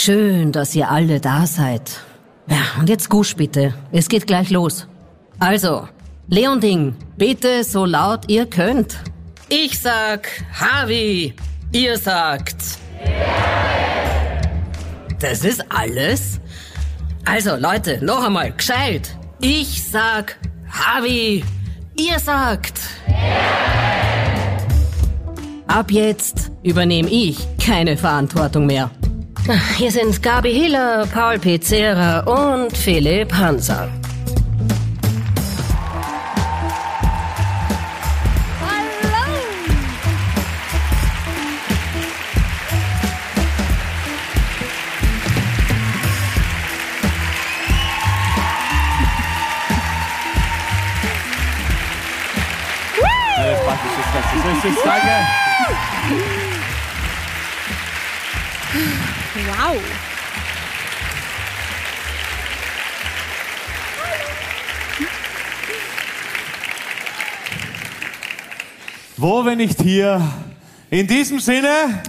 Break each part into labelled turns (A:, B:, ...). A: Schön, dass ihr alle da seid. Ja, und jetzt Gusch bitte. Es geht gleich los. Also, Leonding, bitte so laut ihr könnt.
B: Ich sag Harvey. Ihr sagt. Das ist alles? Also Leute, noch einmal, gescheit. Ich sag Harvey. Ihr sagt.
A: Ab jetzt übernehme ich keine Verantwortung mehr.
C: Hier sind Gabi Hiller, Paul Pizzera und Philipp Hanser.
D: Wow.
E: Wo, wenn nicht hier? In diesem Sinne.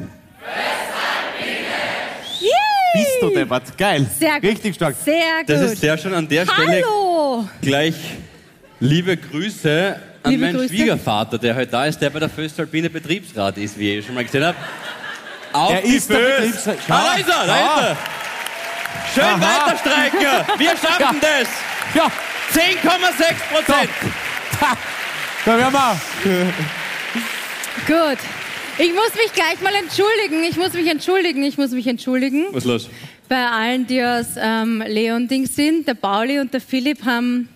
E: Bist du deppert. Geil.
D: Sehr gut.
E: Richtig stark.
D: Sehr gut.
F: Das ist sehr schön an der Stelle
D: Hallo.
F: gleich liebe Grüße an
D: Liebe
F: meinen
D: Grüße.
F: Schwiegervater, der heute da ist, der bei der Föstalpine Betriebsrat ist, wie ihr schon mal gesehen habt. Auf
E: Er
F: die
E: ist der
F: Föst.
E: Betriebsrat.
F: Ah, da ist er, da
E: Ja.
F: ist er. Schön
E: Aha.
F: weiter streiken. Wir schaffen das.
E: Ja,
F: 10,6 Prozent.
E: da werden wir.
D: Gut. Ich muss mich gleich mal entschuldigen. Ich muss mich entschuldigen. Ich muss mich entschuldigen.
F: Was ist los?
D: Bei allen, die aus ähm, Leonding sind. Der Pauli und der Philipp haben,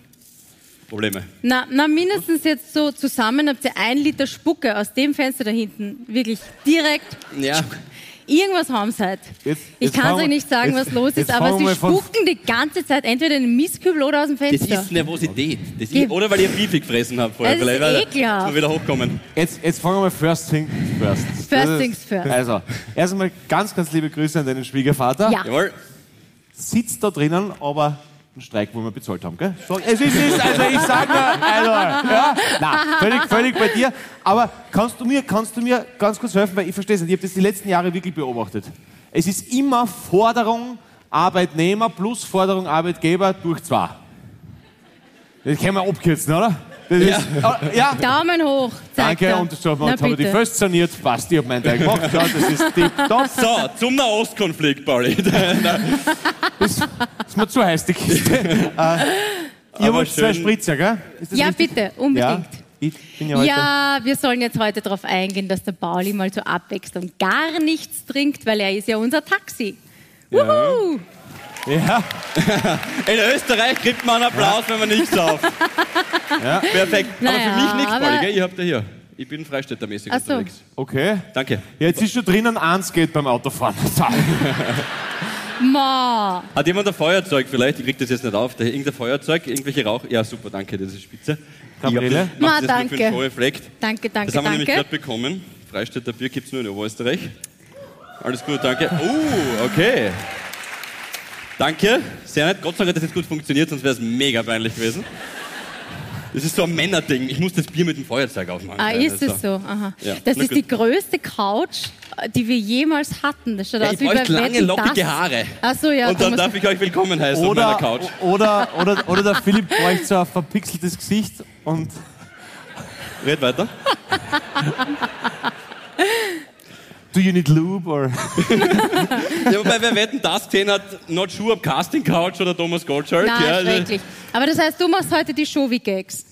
F: Probleme.
D: na, na mindestens jetzt so zusammen, habt ihr ein Liter Spucke aus dem Fenster da hinten. Wirklich direkt.
F: Ja.
D: Irgendwas haben sie halt.
E: Jetzt-
D: Ich
E: jetzt
D: kann
E: fangen
D: euch
E: wir-
D: nicht sagen,
E: jetzt-
D: was los ist,
E: jetzt
D: aber
E: fangen
D: sie
E: wir von-
D: spucken die ganze Zeit entweder in den Mistkübel oder aus dem
F: Das
D: Fenster.
F: ist Nervosität. Das
D: Geh-
F: ist, oder weil ich ein Beefy gefressen habe vorher.
D: Das ist eh
F: Vielleicht, weil-
D: ekelhaft.
F: dass wir wieder hochkommen.
E: Jetzt, jetzt fangen wir mal first things first. Das ist-
D: things first.
E: Also, erstmal ganz, ganz liebe Grüße an deinen Schwiegervater.
D: Ja.
F: Jawohl.
E: Sitzt da drinnen, aber einen Streik wollen wir bezahlt haben, gell? So, Es ist, es ist also ich sag nur, also, ja, na, völlig, völlig bei dir. Aber kannst du mir, kannst du mir ganz kurz helfen, weil ich verstehe es nicht. Ich habe das die letzten Jahre wirklich beobachtet. Es ist immer Forderung Arbeitnehmer plus Forderung Arbeitgeber durch zwei. Das können wir abkürzen, oder? Das ja. Ist, oh, ja,
D: Daumen hoch. zeigt
E: Danke,
D: er.
E: und jetzt haben wir-
D: Na
E: jetzt haben wir die
D: bitte.
E: Föst saniert. Passt, ich habe meinen Teil gemacht. Ja, das ist tipptopp.
F: So, zum Nahostkonflikt, Pauli.
E: Das ist mir zu heiß, die Kiste. Äh, ihr
F: Ah. Aber
E: wollt zwei
F: schön.
E: Spritzer, gell? Ist das
D: Ja,
E: richtig?
D: bitte, unbedingt.
E: Ja, ich bin ja
D: Ja,
E: heute.
D: wir sollen jetzt heute darauf eingehen, dass der Pauli mal zur Abwechslung gar nichts trinkt, weil er ist ja unser Taxi. Wuhu!
E: Ja.
F: In Österreich kriegt man einen Applaus, wenn man nichts sauft. Perfekt.
D: Naja,
F: aber für mich nichts,
D: aber-
F: Pauli, gell? Ihr habt ja hier. Ich bin Freistädtermäßig
D: Ach so.
F: unterwegs.
E: Okay.
F: Danke.
E: Ja, jetzt ist schon drinnen eins geht beim Autofahren. So.
D: Ma,
F: Hat jemand ein Feuerzeug vielleicht? Ich krieg das jetzt nicht auf. Da- Irgendein Feuerzeug, irgendwelche Rauch. Ja, super, danke, das ist spitze. Ich hab
E: Gabriele?
F: das-
D: Ma,
F: mach das nur Für
D: danke.
F: den Show-Effekt.
D: danke, danke,
F: Das haben wir nämlich
D: danke.
F: gerade bekommen. Freistädter Bier gibt's nur in Oberösterreich. Alles gut, danke. Oh, okay. Danke, sehr nett. Gott sei Dank hat das jetzt gut funktioniert, sonst wäre es mega peinlich gewesen. Das ist so ein Männerding. Ich muss das Bier mit dem Feuerzeug aufmachen.
D: Ah,
F: Ja,
D: ist
F: das
D: es so? Aha.
F: Ja,
D: Das
F: na
D: ist
F: gut.
D: die größte Couch, die wir jemals hatten. Das schaut
F: Ja,
D: aus
F: ich
D: wie bei
F: bräuchte lange,
D: Wetten,
F: lockige
D: dass.
F: Haare.
D: Ach so, ja.
F: Und dann
D: muss-
F: darf ich euch willkommen heißen auf meiner
E: Oder,
F: Couch.
E: oder, oder, oder der Philipp bräuchte so ein verpixeltes Gesicht und
F: Red weiter.
E: do you need lube? Or?
F: Ja, wobei, wer wetten das gesehen hat, Not Sure, ob Casting Couch oder Thomas Gottschalk.
D: Na,
F: ja, also-
D: schrecklich. Aber das heißt, du machst heute die Shovi-Gags.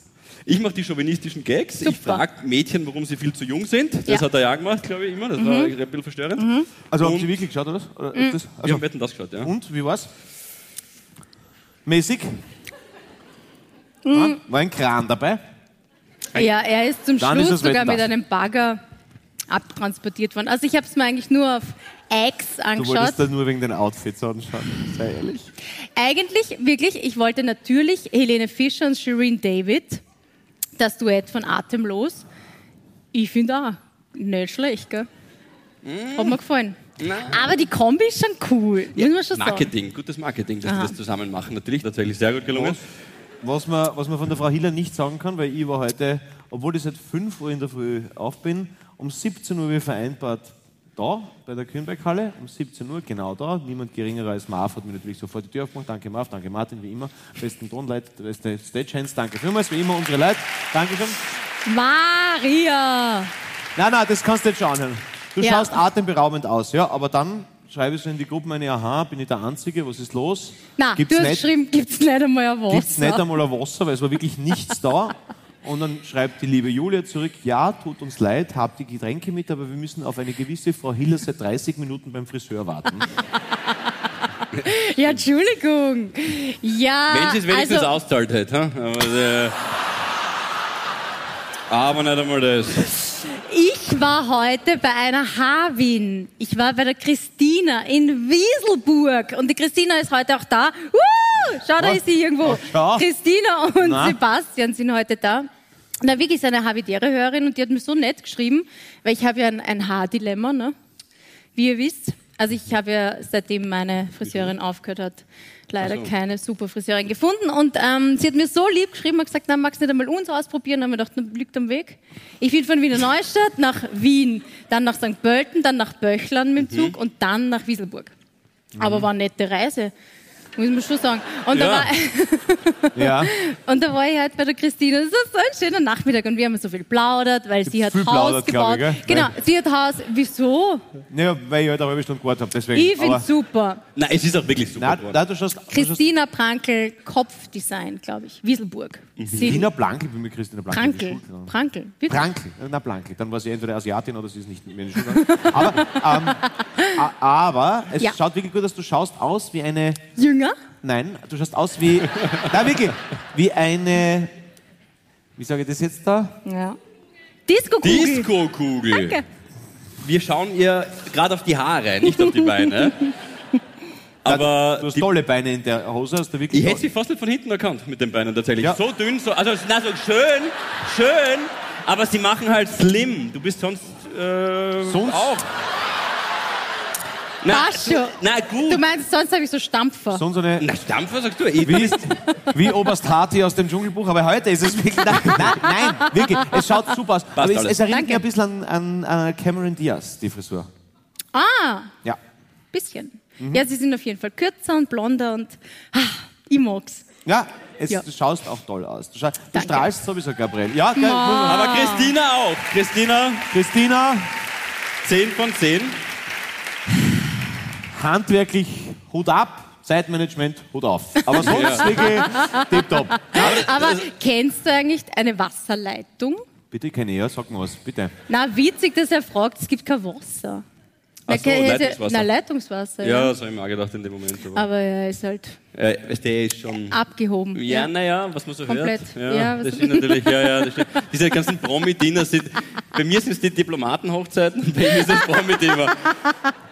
F: ich mache die chauvinistischen Gags. Ich
D: Super.
F: frage Mädchen, warum sie viel zu jung sind. Das
D: Ja. Mhm.
F: hat er ja gemacht, glaube ich, immer. Das war ein bisschen verstörend.
E: Also,
F: Und-
E: habt ihr wirklich geschaut, oder? was? oder ist das?
F: Wir
E: Also,
F: haben wetten das geschaut, ja.
E: Und, wie war's? Mäßig?
D: Mhm.
E: War- War ein Kran dabei?
D: Ja, er ist zum
E: Dann ist
D: Schluss
E: es
D: sogar
E: Wetten,
D: mit
E: dass.
D: einem Bagger abtransportiert worden. Also ich habe es mir eigentlich nur auf X
E: Du
D: angeschaut.
E: wolltest da nur wegen den Outfits anschauen, sei ehrlich.
D: Eigentlich, wirklich, ich wollte natürlich Helene Fischer und Shireen David, das Duett von Atemlos. Ich finde auch nicht schlecht, gell? Hat mir gefallen. Aber die Kombi ist schon cool, muss man schon sagen.
F: Marketing, gutes Marketing, dass die das zusammen machen. Natürlich, tatsächlich sehr gut gelungen.
E: Was man, was man von der Frau Hiller nicht sagen kann, weil ich war heute, obwohl ich seit 5 Uhr in der Früh auf bin, um 17 Uhr wie vereinbart da, bei der Kühnberghalle, um 17 Uhr, genau da. Niemand geringerer als Marv hat mir natürlich sofort die Tür aufgemacht. Danke Marv, danke Martin, wie immer. Besten Tonleit, beste Stagehands, danke vielmals, wie immer unsere Leute. Dankeschön.
D: Maria!
E: Nein, nein, das kannst du nicht schauen. Herr. Du
D: Ja.
E: schaust atemberaubend aus, ja, aber dann schreibe ich so in die Gruppen eine, aha, bin ich der Einzige, was ist los?
D: Na,
E: Gibt's
D: du hast
E: nicht-
D: geschrieben, gibt's nicht einmal ein Wasser.
E: Gibt's nicht einmal ein Wasser, weil es war wirklich nichts da. Und dann schreibt die liebe Julia zurück, ja, tut uns leid, habt die Getränke mit, aber wir müssen auf eine gewisse Frau Hiller seit 30 Minuten beim Friseur warten.
D: ja, Entschuldigung. Ja,
F: Wenn sie es wenigstens
D: also,
F: auszahlt hätte. ha? Aber, äh, aber nicht einmal das.
D: ich war heute bei einer Harwin. Ich war bei der Christina in Wieselburg. Und die Christina ist heute auch da. Uh, schau, da
E: Was?
D: ist sie irgendwo.
E: Ja.
D: Christina und
E: Na?
D: Sebastian sind heute da. Na, Vicky ist eine Havidere-Hörerin und die hat mir so nett geschrieben, weil ich habe ja ein, ein Haardilemma, ne? Wie ihr wisst, also ich habe ja seitdem meine Friseurin
E: Mhm.
D: aufgehört hat, leider
F: Ach so.
D: keine super Friseurin gefunden. Und ähm, sie hat mir so lieb geschrieben, hat gesagt, na, magst du nicht einmal uns ausprobieren? Dann haben wir gedacht, na, liegt am Weg. Ich bin von Wiener Neustadt nach Wien, dann nach St. Pölten, dann nach Böchlern mit dem
E: Mhm.
D: Zug und dann nach Wieselburg. Aber war eine nette Reise, muss man schon sagen. Und da
F: Ja.
D: war...
E: Ja,
D: Und da war ich halt bei der Christina. Das ist so ein schöner Nachmittag und wir haben so viel plaudert, weil sie hat
E: viel
D: Haus
E: plaudert, glaub
D: gebaut.
E: ich, gell?
D: Genau, sie hat Haus. Wieso?
E: naja, weil ich halt eine halbe Stunde gewartet habe, deswegen.
D: Ich finde
E: Aber-
D: super.
F: Nein, es ist auch wirklich super.
E: Nein,
F: geworden.
E: nein, du schaust, du schaust
D: Christina Prankel, Kopfdesign, glaube ich. Wieselburg. Sie-
E: Christina Blanke, ich bin mit Christina Blanke. in die
D: Prankel.
E: Schule gegangen.
D: Prankel. Wirklich.
E: Prankel, na Blanke. Dann war sie entweder Asiatin oder sie ist nicht mehr in die Schule gegangen. Aber, ähm, a- aber es
D: Ja.
E: schaut wirklich gut aus, du schaust aus wie eine
D: Jünger?
E: Nein, du schaust aus wie. Nein, wirklich. Wie eine. Wie sage ich das jetzt da?
D: Ja. Disco-Kugel.
F: Disco-Kugel.
D: Danke.
F: Wir schauen ihr gerade auf die Haare, nicht auf die Beine.
E: du
F: Aber
E: hast
F: die,
E: tolle Beine in der Hose, hast du wirklich.
F: ich hätte sie fast nicht von hinten erkannt mit den Beinen tatsächlich.
E: Ja.
F: So dünn, so, also na, so schön, schön, aber sie machen halt slim. Du bist sonst, äh,
E: Sonst?
F: auch. Na,
D: Pascho.
F: na gut.
D: Du meinst, sonst habe ich so Stampfer.
E: so so eine.
F: na, Stampfer sagst du? Ich,
E: Wie, wie Oberst Hati aus dem Dschungelbuch, aber heute ist es wirklich. Nein, nein, nein wirklich. Es schaut super aus. Aber es,
F: alles.
E: es erinnert
D: Danke.
E: mich ein bisschen an, an, an äh, Cameron Diaz, die Frisur.
D: Ah,
E: Ja.
D: bisschen. Ja, sie sind auf jeden Fall kürzer und blonder und ah, ich mag's.
E: Ja, es,
D: Ja.
E: du schaust auch toll aus. Du, scha du
D: Danke.
E: strahlst sowieso, Gabriel. Ja, gell,
F: aber Christina auch. Christina,
E: Christina,
F: 10 von 10.
E: handwerklich Hut ab, Zeitmanagement Hut auf. Aber sonst
F: Ja.
E: wirklich tipptopp.
D: Aber kennst du eigentlich eine Wasserleitung?
E: Bitte keine ja, sag mal was, bitte.
D: Na, witzig, dass er fragt, es gibt kein Wasser. Na,
F: so,
D: ke- hätte-
F: Leitungswasser.
D: Na, Leitungswasser, ja.
F: Ja, das habe ich mir auch gedacht in dem Moment. Aber,
D: Aber er ist halt
F: äh, weißt du, der ist schon...
D: abgehoben.
F: Ja, naja, was man so
D: Ah. Komplett.
F: hört.
D: Ja, was-
F: das stimmt natürlich. Ja, ja, das stimmt. Diese ganzen Promi-Dinner sind. Bei mir sind es die Diplomatenhochzeiten und bei ihm ist das Promi-Thema.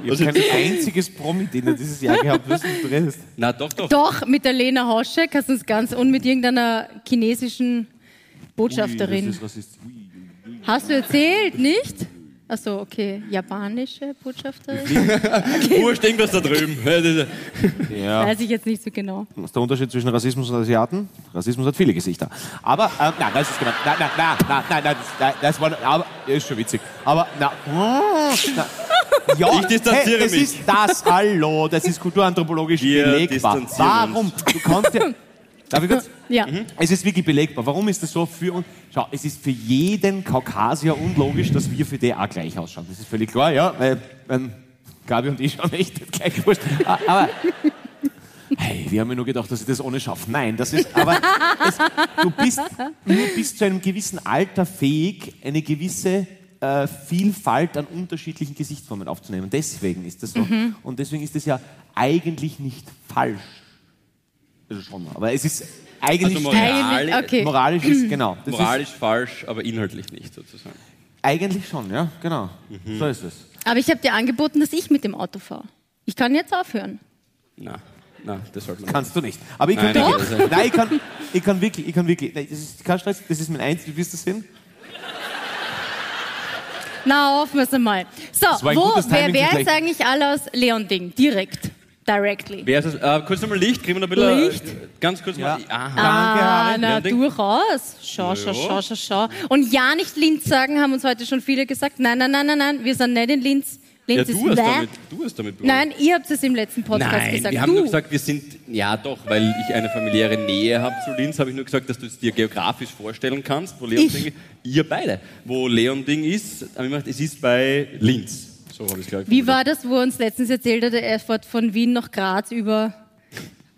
E: Ich habe kein einziges Promi-Dinner dieses Jahr gehabt, wissen du redest.
F: Na doch, doch.
D: Doch, mit der Lena Hauschek hast du es ganz und mit irgendeiner chinesischen
E: Ui,
D: Botschafterin.
E: das ist Rassist. Ui.
D: Hast du erzählt, nicht? Achso, okay. Japanische Botschafterin?
F: Wurscht, irgendwas da drüben. Ja, das ist-
E: Ja.
D: Weiß ich jetzt nicht so genau.
E: Was ist der Unterschied zwischen Rassismus und Asiaten? Rassismus hat viele Gesichter. Aber, äh, nein, das ist gemeint. Nein, nein, nein, nein, nein, nein, das, nein, das war, aber, ja, ist schon witzig. Aber, na, mm, na ja,
F: Ich distanziere
E: hey, es
F: mich.
E: ist das, hallo, das ist kulturanthropologisch
F: Wir
E: belegbar.
F: distanzieren
E: Warum? Du kannst ja, darf ich kurz? Mhm.
D: Ja.
E: Es ist wirklich belegbar. Warum ist das so für uns? Schau, es ist für jeden Kaukasier unlogisch, dass wir für den auch gleich ausschauen. Das ist völlig klar, ja. Weil, ähm, Gabi und ich schauen echt gleich wurscht. A- Aber hey, wir haben ja nur gedacht, dass ich das ohne schaffe. Nein, das ist aber es, du bist nur bis zu einem gewissen Alter fähig, eine gewisse äh, Vielfalt an unterschiedlichen Gesichtsformen aufzunehmen. Deswegen ist das so. Und deswegen ist das ja eigentlich nicht falsch. Also schon, aber es ist eigentlich
F: Also moral-
D: Eigentlich- okay.
E: Moralisch ist, genau. Das
F: Moralisch falsch, aber inhaltlich nicht sozusagen.
E: Ist eigentlich schon, ja, genau.
F: Mhm.
E: So ist es.
D: Aber ich habe dir angeboten, dass ich mit dem Auto fahre. Ich kann jetzt aufhören.
F: Na, na, das sollte man.
E: Kannst du nicht. Aber ich kann
F: Nein,
E: wirklich.
F: nein,
E: Nein, ich kann, ich kann wirklich, ich kann wirklich. Nein, das ist kein Stress, das ist mein Eins, du wirst das sehen.
D: Na, hoffen wir es einmal. So,
E: war ein
D: wo,
E: gutes
D: wer,
E: Timing für
D: wer ist
E: gleich.
D: eigentlich alle aus Leonding? Direkt. Directly.
F: Wer ist das? Äh, kurz nochmal Licht, kriegen wir noch ein bisschen. äh,
D: Licht?
F: Ganz kurz mal. Aha.
E: Danke,
D: Ah,
E: Harald.
D: na,
F: Ja, denk-
D: durchaus. Schau,
F: ja.
D: schau, schau, schau, schau. Und ja, nicht Linz sagen, haben uns heute schon viele gesagt. Nein, nein, nein, nein, nein, wir sind nicht in Linz.
F: Ja,
D: Lehnt
F: du hast
D: es
F: damit, du hast damit begonnen.
D: Nein, ihr habt es im letzten Podcast
F: Nein,
D: gesagt.
F: wir haben
D: du.
F: nur gesagt, wir sind, ja doch, weil ich eine familiäre Nähe habe zu Linz, habe ich nur gesagt, dass du es dir geografisch vorstellen kannst, wo Leon
D: Ich?
F: Ding, ihr beide, wo Leon Ding ist, habe ich gesagt, es ist bei Linz. So habe ich es gleich
D: Wie war das, wo er uns letztens erzählt hat, er fährt von Wien nach Graz über.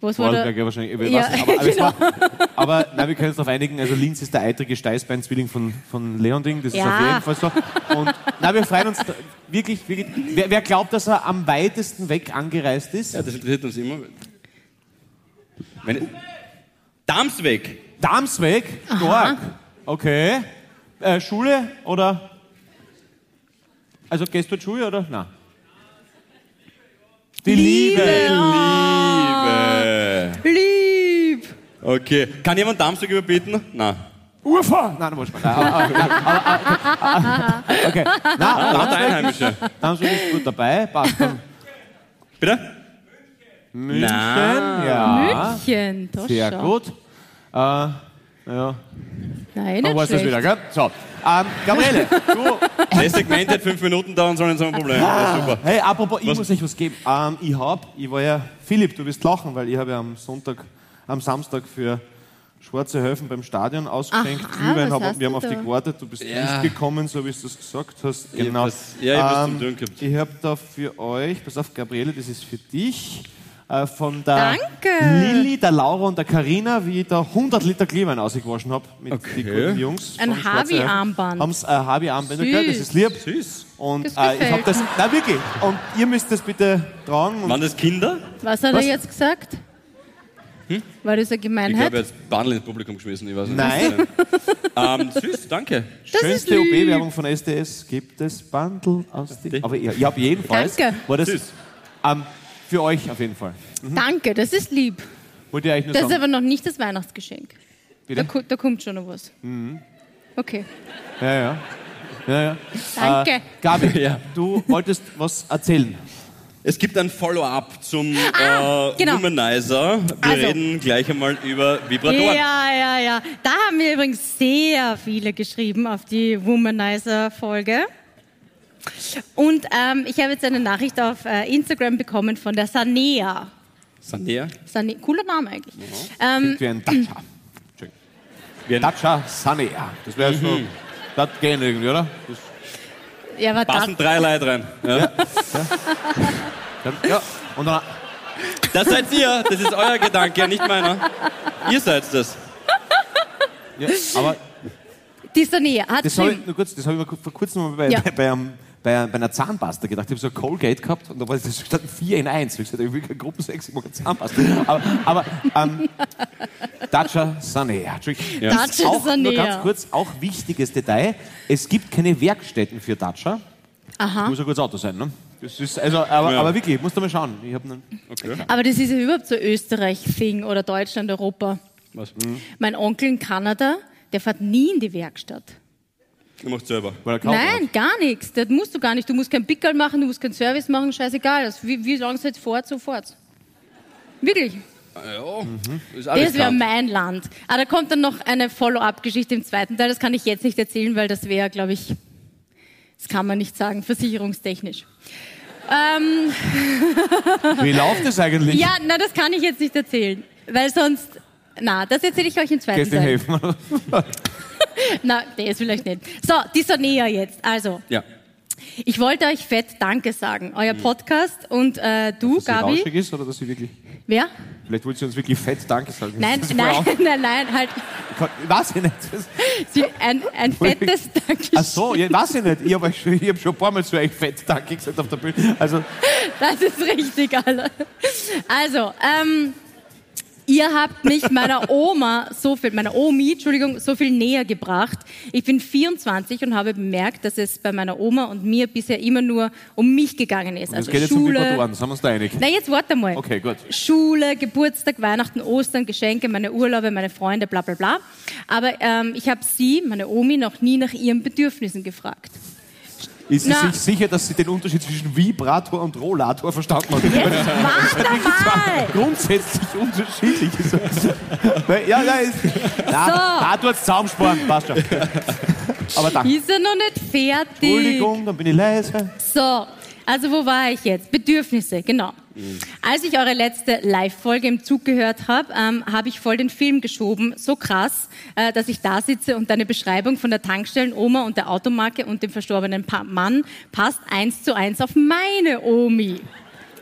D: Was war
E: Vorarlberg ja
D: da?
E: wahrscheinlich. Ich weiß
D: Ja, genau.
E: nicht, aber, aber, es war, aber nein, wir können uns darauf einigen. Also Linz ist der eitrige Steißbein-Zwilling von, von Leonding. Das ist auf
D: Ja.
E: jeden Fall so. Und nein, wir freuen uns da- wirklich. wirklich wer, wer glaubt, dass er am weitesten weg angereist ist?
F: Ja, das interessiert uns immer. Wenn, Damsweg.
E: Darmsweg? Stark. Okay. Äh, Schule oder? Also gehst du zur Schule oder? Nein. Die Liebe.
D: Lieb!
F: Okay. Kann jemand Darmstag überbieten? Nein.
E: Ufer! Nein, du Spaß. Aber- aber- aber- ah, Okay.
D: Ah,
E: Nein,
F: Lauter
E: Darmsweg ist,
F: Einheimische.
E: Darmsweg ist gut dabei. Passt dann.
F: Bitte?
E: München.
F: Ah. Na.
E: Ja,
D: München, Toscha.
E: sehr gut. Äh, ja,
D: Nein,
E: dann
D: nicht
E: weißt du es
D: schlecht.
E: wieder, gell? So. Ähm, Gabriele, du,
F: Das Segment hat fünf Minuten dauern sollen, so ein Problem. Das ist super.
E: hey, apropos, ich
F: Was?
E: muss euch was geben. Ähm, ich hab, ich war ja, Philipp, du wirst lachen, weil ich habe ja am Sonntag, am Samstag für Schwarze Höfen beim Stadion ausgeschenkt.
D: Aha,
E: Glühwein
D: was
E: hab-
D: hast
E: wir haben
D: du
E: auf dich
D: da?
E: gewartet, du bist
F: Ja.
E: nicht gekommen, so wie du es gesagt hast.
F: hab
E: Genau.
F: was- ja, ich hab was zum Tun gehabt.
E: ich habe da für euch, pass auf, Gabriele, das ist für dich, äh, von der
D: Danke.
E: Lilly, der Laura und der Karina, wie ich da 100 Liter Glühwein ausgewaschen habe mit
F: Okay.
E: den guten Jungs.
D: Ein
E: vom Schwarzen Elfen.
D: Harvey-Armband.
E: Haben's ein Harvey-Armband
D: Süß.
E: gehört, das ist lieb.
F: Süß.
E: Und
D: Das
E: äh, ich
D: gefällt
E: hab das, na wirklich, und ihr müsst das bitte tragen. Und
F: Waren das Kinder?
D: Was hat
E: Was? Hm?
D: er jetzt gesagt? War das eine
F: Ich glaube,
D: Gemeinheit?
F: er hat das Bandel ins Publikum geschmissen. Ich weiß nicht.
E: Nein.
F: Ähm, süß, danke.
D: das ist
E: schönste
D: lieb.
E: OB-Werbung von SDS gibt es Bandel aus dem. Aber ich, ich habe jedenfalls,
D: Danke.
E: war das
F: Süß.
E: ähm, für euch auf jeden Fall.
D: Danke, das ist lieb.
E: Wollte ich euch nur
D: Das ist
E: sagen.
D: aber noch nicht das Weihnachtsgeschenk. Da,
E: Bitte? Hm.
D: ko- da kommt schon noch was. Okay,
E: Ja, ja. ja, ja.
D: danke.
E: Äh, Gabi,
F: Ja.
E: du wolltest was erzählen.
F: Es gibt ein Follow-up zum
D: Ah,
F: äh,
D: genau.
F: Womanizer. Wir
D: Also.
F: reden gleich einmal über Vibratoren.
D: Ja, ja, ja. Da haben mir übrigens sehr viele geschrieben auf die Womanizer-Folge. Und ähm, ich habe jetzt eine Nachricht auf äh, Instagram bekommen von der Sanea.
F: Sandea.
D: Sane cooler Name eigentlich. Ähm,
E: Für einen Dacia. Entschuldigung.
F: Wie ein-
E: Dacia
F: Mhm.
E: Sunny. Das wäre schon. Das gehen irgendwie, oder? Das,
D: ja, aber das,
F: Passen drei Leute rein. Ja.
E: dann, ja. Und dann,
F: Das seid ihr. Das ist euer Gedanke, nicht meiner. Ihr seid das.
E: ja, aber
D: die Sanea hat
E: das habe
D: geschrieben.
E: ich, nur kurz, das hab ich mir ku- vor kurzem mal bei,
D: Ja.
E: bei, bei, einem, bei, einer- bei einer Zahnpasta gedacht. Ich habe so ein Colgate gehabt und da war das stand 4 in 1. Ich hab gesagt, ich will kein Gruppensex, ich mache Zahnpasta. Aber, aber ähm, Dacia Sunny. Entschuldigung.
F: Ja.
E: Das ist
D: Dacia
E: auch, Nur
D: Sunny,
E: ganz
D: ja.
E: kurz, auch wichtiges Detail. Es gibt keine Werkstätten für Dacia. Aha. Muss ein gutes Auto sein, ne? Das ist, also, aber,
F: Ja.
E: aber wirklich, musst du mal schauen. Ich hab einen,
D: Aber das ist ja überhaupt so Österreich-Thing oder Deutschland, Europa.
F: Was?
D: Mein Onkel in Kanada, der fährt nie in die Werkstatt.
F: Ihr macht selber.
E: weil er gekauft hat.
D: Nein, gar nichts. Das musst du gar nicht. Du musst keinen Pickel machen, du musst keinen Service machen, scheißegal. Das, wie, wie lange es jetzt fort, so fort. Wirklich.
F: Ja. Ist
D: Das wäre
F: klar.
D: mein Land. Aber da kommt dann noch eine Follow-up-Geschichte im zweiten Teil. Das kann ich jetzt nicht erzählen, weil das wäre, glaube ich, das kann man nicht sagen, versicherungstechnisch. Ähm,
E: Wie läuft das eigentlich?
D: ja, na, das kann ich jetzt nicht erzählen, weil sonst, na, das erzähle ich euch im zweiten
E: Gestern
D: Teil.
E: helfen.
D: Na, der ist vielleicht nicht. So, die Sonea jetzt. Also,
F: Ja.
D: ich wollte euch fett Danke sagen. Euer Podcast und äh, du,
E: Mhm. Dass sie rauschig
D: Gabi.
E: ist oder dass sie wirklich.
D: Wer?
E: Vielleicht wollte sie uns wirklich fett Danke sagen.
D: Nein,
E: Das ist voll
D: nein,
E: auf-
D: nein, nein, halt.
E: Ich weiß ich nicht. Das-
D: Sie, ein, ein fettes Dankeschön.
E: Ach so, ich weiß ich nicht. Ich habe schon, ich hab schon ein paar Mal zu euch fett Danke gesagt auf der Bühne. Also,
D: Das ist richtig, alle. Also, ähm, ihr habt mich meiner Oma so viel, meiner Omi, Entschuldigung, so viel näher gebracht. Ich bin 24 und habe bemerkt, dass es bei meiner Oma und mir bisher immer nur um mich gegangen ist.
E: es
D: Also
E: geht jetzt um
D: Schule.
E: Vibratoren, sind wir uns da einig?
D: Na, jetzt warte mal.
E: Okay, gut.
D: Schule, Geburtstag, Weihnachten, Ostern, Geschenke, meine Urlaube, meine Freunde, bla bla bla. Aber ähm, ich habe sie, meine Omi, noch nie nach ihren Bedürfnissen gefragt.
E: Ist sie
D: Na.
E: sich sicher, dass sie den Unterschied zwischen Vibrator und Rollator verstanden hat? Weil das
D: Warte mal!
E: grundsätzlich unterschiedlich ist. Weil- ja, nein. Ist, na,
D: So.
E: Na, du hast Zaumsporn, passt schon. Aber danke.
D: Ist er noch nicht fertig?
E: Entschuldigung, dann bin ich leise.
D: So, Also wo war ich jetzt? Bedürfnisse, genau. Als ich eure letzte Live-Folge im Zug gehört habe, ähm, habe ich voll den Film geschoben. So krass, äh, dass ich da sitze und deine Beschreibung von der Tankstellen-Oma und der Automarke und dem verstorbenen pa Mann passt eins zu eins auf meine Omi.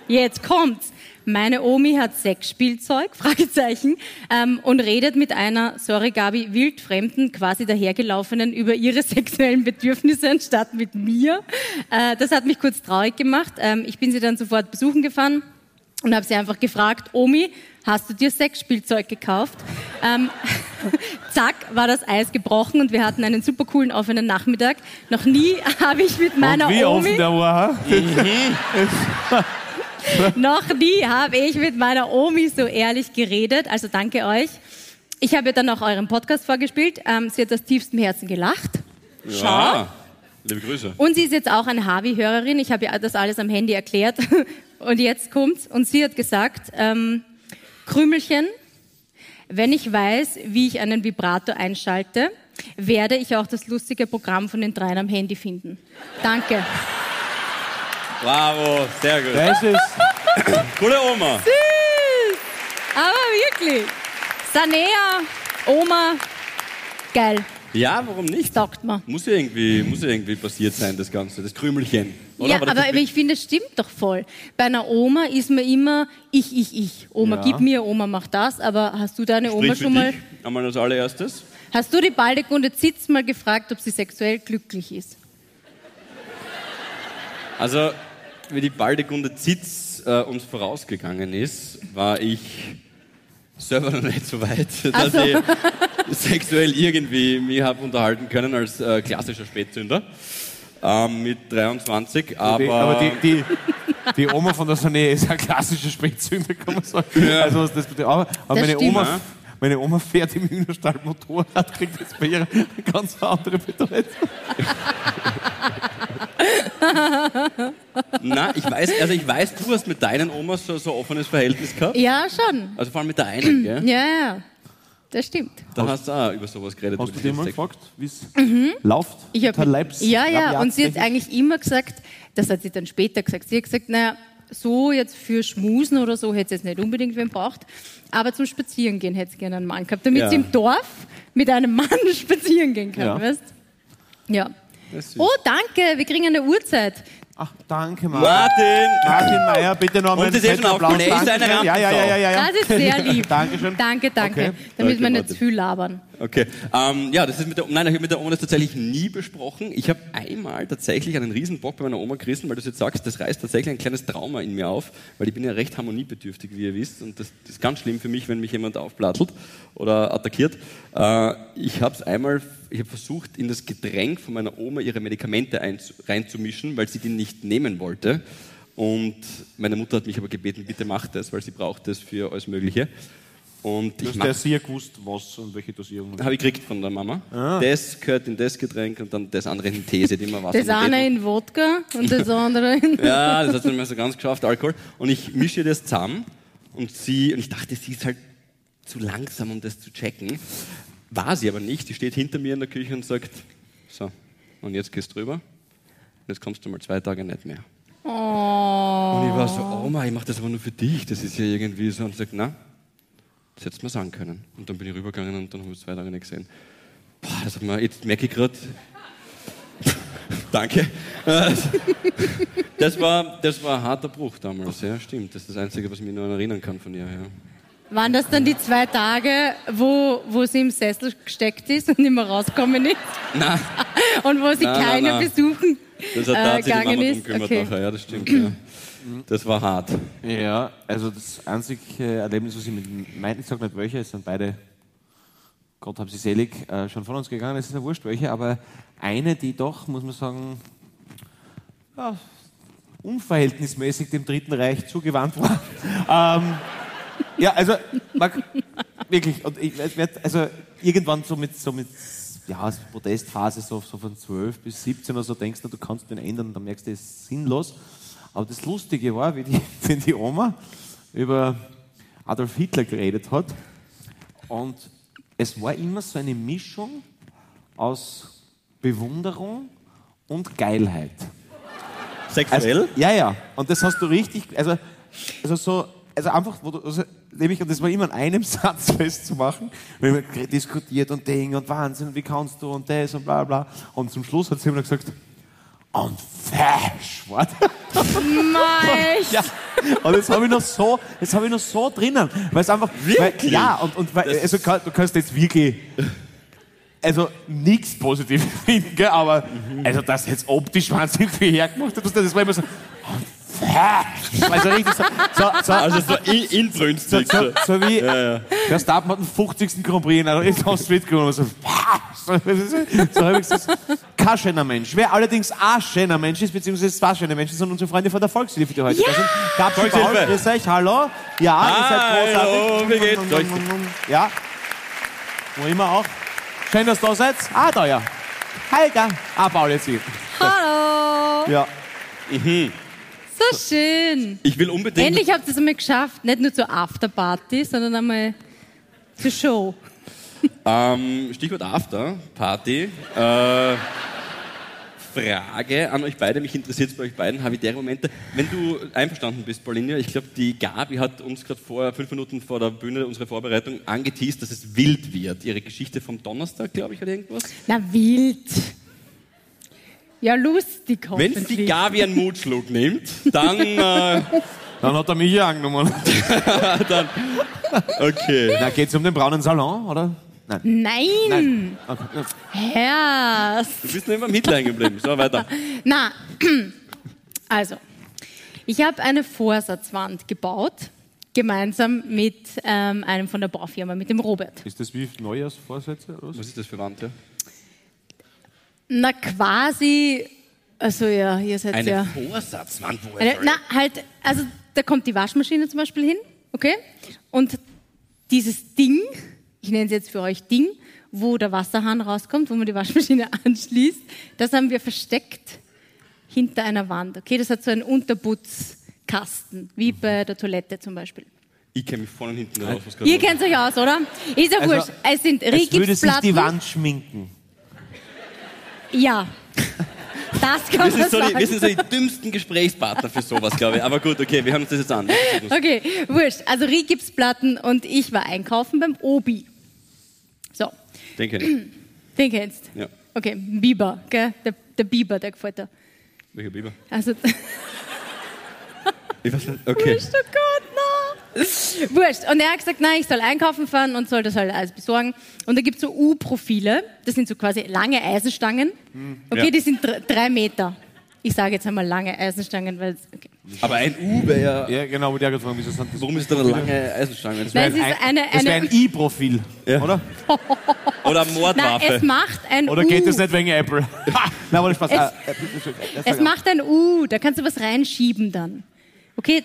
D: Jetzt kommt's. Meine Omi hat Sexspielzeug, Fragezeichen, ähm, und redet mit einer, sorry Gabi, wildfremden, quasi dahergelaufenen über ihre sexuellen Bedürfnisse anstatt mit mir. Äh, das hat mich kurz traurig gemacht. Ähm, ich bin sie dann sofort besuchen gefahren und habe sie einfach gefragt, Omi, hast du dir Sexspielzeug gekauft? Ähm, zack, war das Eis gebrochen und wir hatten einen super coolen offenen Nachmittag. Noch nie habe ich mit meiner
E: Und wie
D: Omi...
E: offen der war, ha?
F: Mhm.
D: Noch nie habe ich mit meiner Omi so ehrlich geredet. Also danke euch. Ich habe ihr dann auch euren Podcast vorgespielt. Ähm, sie hat aus tiefstem Herzen gelacht.
F: Ja. Liebe Grüße.
D: Und sie ist jetzt auch eine Harvey-Hörerin. Ich habe ihr das alles am Handy erklärt. Und jetzt kommt's. Und sie hat gesagt, ähm, Krümelchen, wenn ich weiß, wie ich einen Vibrator einschalte, werde ich auch das lustige Programm von den dreien am Handy finden. Danke.
F: Bravo, sehr gut.
E: Das ist.
F: Coole Oma.
D: Aber wirklich. Sanea, Oma, geil.
F: Ja, warum nicht?
D: Taugt mir.
F: Muss ja irgendwie, muss ja irgendwie passiert sein, das Ganze, das Krümelchen. Oder?
D: Ja,
F: War
D: aber,
F: das das Bild?
D: ich finde, es stimmt doch voll. Bei einer Oma ist man immer ich, ich, ich. Oma,
E: Ja.
D: gib mir, Oma, mach das. Aber hast du deine Oma
F: Sprich für
D: schon mal,
F: dich, einmal als allererstes.
D: hast du die Baldegunde Zitz mal gefragt, ob sie sexuell glücklich ist?
F: Also, wie die Baldegunde Zitz äh, uns vorausgegangen ist, war ich selber noch nicht so weit, dass
D: so.
F: ich sexuell irgendwie mich habe unterhalten können als äh, klassischer Spätzünder ähm, mit 23. Aber,
E: Die, aber die, die, die Oma von der Sonne ist ein klassischer Spätzünder, kann man sagen. Also, was das betrifft. Aber, aber meine,
D: stimmt.
E: Oma,
F: Ja.
E: meine Oma fährt im Hühnerstall Motorrad, kriegt jetzt bei ihr eine ganz andere Bedeutung.
F: na, ich weiß, also ich weiß, du hast mit deinen Omas so, so ein offenes Verhältnis gehabt.
D: Ja, schon.
F: Also vor allem mit der einen, gell?
D: Ja, ja. Das stimmt.
F: Da hast du auch über sowas geredet.
E: Hast
F: über
E: du
F: dieses
E: die mal
F: Sex-
E: gefragt, wie es läuft?
D: Mhm. Ich hab
E: Der
D: mit-
E: Leibs-
D: ja, ja, und sie hat
E: Labiattechnik?
D: eigentlich immer gesagt, das hat sie dann später gesagt, sie hat gesagt, naja, so jetzt für Schmusen oder so hätte sie jetzt nicht unbedingt wen braucht, aber zum Spazierengehen hätte sie gerne einen Mann gehabt, damit
F: Ja.
D: sie im Dorf mit einem Mann spazieren gehen kann,
E: Ja.
D: weißt Ja.
F: Das ist süß.
D: Oh, danke, wir kriegen eine Uhrzeit.
E: Ach, danke, Martin.
F: Martin!
E: Martin Meyer, bitte noch mal
F: Und das ist
E: fetten
F: schon
E: Applaus.
F: aufgelegt,
E: Danke.
F: ist eine
E: ja, ja, ja, ja, ja.
D: Das ist sehr lieb.
E: Dankeschön.
D: Danke, danke.
E: Okay.
D: Damit
F: Danke,
D: wir nicht
F: Martin.
D: zu viel labern.
F: Okay, ähm, ja, das ist mit der, nein, ich habe mit der Oma das tatsächlich nie besprochen. Ich habe einmal tatsächlich einen riesen Bock bei meiner Oma gerissen, weil du es jetzt sagst, das reißt tatsächlich ein kleines Trauma in mir auf, weil ich bin ja recht harmoniebedürftig, wie ihr wisst, und das, das ist ganz schlimm für mich, wenn mich jemand aufplattelt oder attackiert. Äh, ich habe es einmal, ich habe versucht, in das Getränk von meiner Oma ihre Medikamente einzu- reinzumischen, weil sie die nicht nehmen wollte. Und meine Mutter hat mich aber gebeten, bitte mach das, weil sie braucht das für alles Mögliche. Und ich
E: Dass
F: mach
E: der sehr gewusst, was und welche Dosierung.
F: habe ich gekriegt von der Mama. Das gehört in das Getränk und dann das andere in These, die man Wasser
D: Ah. Das eine in Wodka und das andere in...
F: Ja, das hat man so ganz geschafft, Alkohol. Und ich mische das zusammen und sie, und ich dachte, sie ist halt zu langsam, um das zu checken. War sie aber nicht. Die steht hinter mir in der Küche und sagt, so, und jetzt gehst du drüber. Jetzt kommst du mal zwei Tage nicht mehr.
D: Oh.
F: Und ich war so, Oma, ich mache das aber nur für dich. Das ist ja irgendwie so. Und sie sagt, na, das hättest du mir sagen können. Und dann bin ich rübergegangen und dann habe ich zwei Tage nicht gesehen. Boah, das hat mir, jetzt merke ich gerade. Danke. Äh, Das war, das war ein harter Bruch damals, ja, stimmt. Das ist das Einzige, was ich mich noch erinnern kann von ihr. Ja.
D: Waren das dann die zwei Tage, wo, wo sie im Sessel gesteckt ist und nicht mehr rausgekommen ist?
F: Na,
D: Und wo sie
F: Nein, nein,
D: keine
F: nein.
D: besuchen
F: das
D: äh,
F: hat tatsächlich Mama
D: gegangen
F: drum
D: ist?
F: gekümmert
D: Okay.
F: nachher, ja, das stimmt. Ja. Das war hart.
E: Ja, also das einzige Erlebnis, was ich mit meinen, ich sag nicht welche, es sind beide, Gott hab sie selig, äh, schon von uns gegangen, es ist ja wurscht welche, aber eine, die doch, muss man sagen, ja, unverhältnismäßig dem Dritten Reich zugewandt war. ähm, ja, also, mag, wirklich, und ich, es wird, also irgendwann so mit, so mit ja, so Protestphase, so, so von 12 bis 17 oder so, denkst du, du kannst den ändern, dann merkst du, es ist sinnlos. Aber das Lustige war, wie die, wie die Oma über Adolf Hitler geredet hat. Und es war immer so eine Mischung aus Bewunderung und Geilheit.
F: Sexuell?
E: Also, ja, ja. Und das hast du richtig, also, also so, also einfach, wo du, also, nämlich, und das war immer an einem Satz festzumachen, weil wir gre- diskutiert und Ding und Wahnsinn, wie kannst du und das und bla bla. Und zum Schluss hat sie immer gesagt, und fesch, what?
D: Mei,
E: Ja. Und das habe ich noch so, das habe ich noch so drinnen, weil es einfach, Weil,
F: Wirklich?
E: ja, und, und weil,
F: Das-
E: also, kann- du kannst jetzt wirklich, also nichts Positives finden, gell? aber
F: Mhm.
E: also das jetzt optisch wahnsinnig viel hergemacht hat, das war immer so, "Fesch." also richtig so, so, so,
F: Also so in,
E: so,
F: inbrünstig.
E: so,
F: So.
E: so wie Verstappen hat den 50. Grand Prix in einer Etappe mitgenommen. So, so, so habe ich gesagt, kein schöner Mensch. Wer allerdings ein schöner Mensch ist, beziehungsweise zwei schöne Menschen sind unsere Freunde von der Volkshilfe, die heute da sind. Gabi
F: Volkshilfe.
E: Paul, grüß euch, hallo. Ja, ihr seid großartig.
F: Hallo, wie geht's euch?
E: Ja, wo immer auch. Schön, dass du da seid. Ah, da ja. Hi, da. Ah, Paul jetzt hier.
D: hallo.
E: Ja.
D: So schön.
F: Ich will unbedingt.
D: Endlich habt ihr es einmal geschafft. Nicht nur zur Afterparty, sondern einmal zur Show.
F: Ähm, Stichwort After Party. Äh, Frage an euch beide, mich interessiert es bei euch beiden, habitäre Momente. Wenn du einverstanden bist, Paulinia, ich glaube, die Gabi hat uns gerade vor fünf Minuten vor der Bühne unsere Vorbereitung angeteased, dass es wild wird. Ihre Geschichte vom Donnerstag, glaube ich, oder irgendwas.
D: Na, wild. Ja, lustig
F: Wenn die
D: hoffentlich.
F: Gabi einen Mutschluck nimmt, dann. Äh,
E: Dann hat er mich hier angenommen.
F: okay.
E: Na, geht's um den braunen Salon, oder? Nein.
D: Nein,
E: Nein. Okay.
D: Herr.
F: Du bist nur immer im Hitlein geblieben. So, weiter.
D: Na, also, ich habe eine Vorsatzwand gebaut, gemeinsam mit ähm, einem von der Baufirma, mit dem Robert.
E: Ist das wie Neujahrsvorsätze? Oder? was?
F: Was ist das für Wand? Ja?
D: Na, quasi, also ja, ihr seid
F: Eine
D: ja.
F: Vorsatzwand, wo
D: Eine, na, halt, also da kommt die Waschmaschine zum Beispiel hin, okay? Und dieses Ding, ich nenne es jetzt für euch Ding, wo der Wasserhahn rauskommt, wo man die Waschmaschine anschließt, das haben wir versteckt hinter einer Wand, okay? Das hat so einen Unterputzkasten, wie
E: Mhm.
D: bei der Toilette zum Beispiel.
F: Ich kenne mich vorne und hinten raus. Was gerade
D: Ihr
F: los ist.
D: kennt euch aus, oder? Ist ja
E: Also,
D: wurscht. Es sind
E: Es würde sich die
D: Rigipsplatten.
E: Wand schminken.
D: Ja. Das kann
F: Wir
D: man
F: sind, so die,
D: sagen.
F: wir sind so die dümmsten Gesprächspartner für sowas, glaube ich. Aber gut, okay, wir hören uns das jetzt an.
D: Okay, wurscht. Also Rigipsplatten und ich war einkaufen beim Obi. So,
F: Denke nicht.
D: den kennst.
F: Ja,
D: Okay, Biber, gell? Der, der Biber, der gefällt dir.
F: welcher Biber?
D: Also,
F: Ich weiß nicht. Okay.
D: wurscht, oh Gott, na. Wurscht. Und er hat gesagt, nein, ich soll einkaufen fahren und soll das halt alles besorgen. Und da gibt es so U-Profile. Das sind so quasi lange Eisenstangen. Okay,
F: ja.
D: die sind dr- drei Meter. Ich sage jetzt einmal lange Eisenstangen, weil... es- Okay.
F: Aber ein U wäre ja.
E: Ja, genau, wo der gefragt wieso sind das?
F: Warum ist da eine lange Eisenstange? Das
D: Weil
F: wär,
D: es ist eine...
E: Das wäre
D: eine
E: ein I-Profil,
F: Ja.
E: oder?
F: oder
D: Nein, es
F: Mordwaffe.
D: macht ein
E: Oder
D: U.
E: geht das nicht wegen Apple? Ha! Nein, wollte Spaß. Ah, äh,
D: Es macht ein U, da kannst du was reinschieben dann. Okay?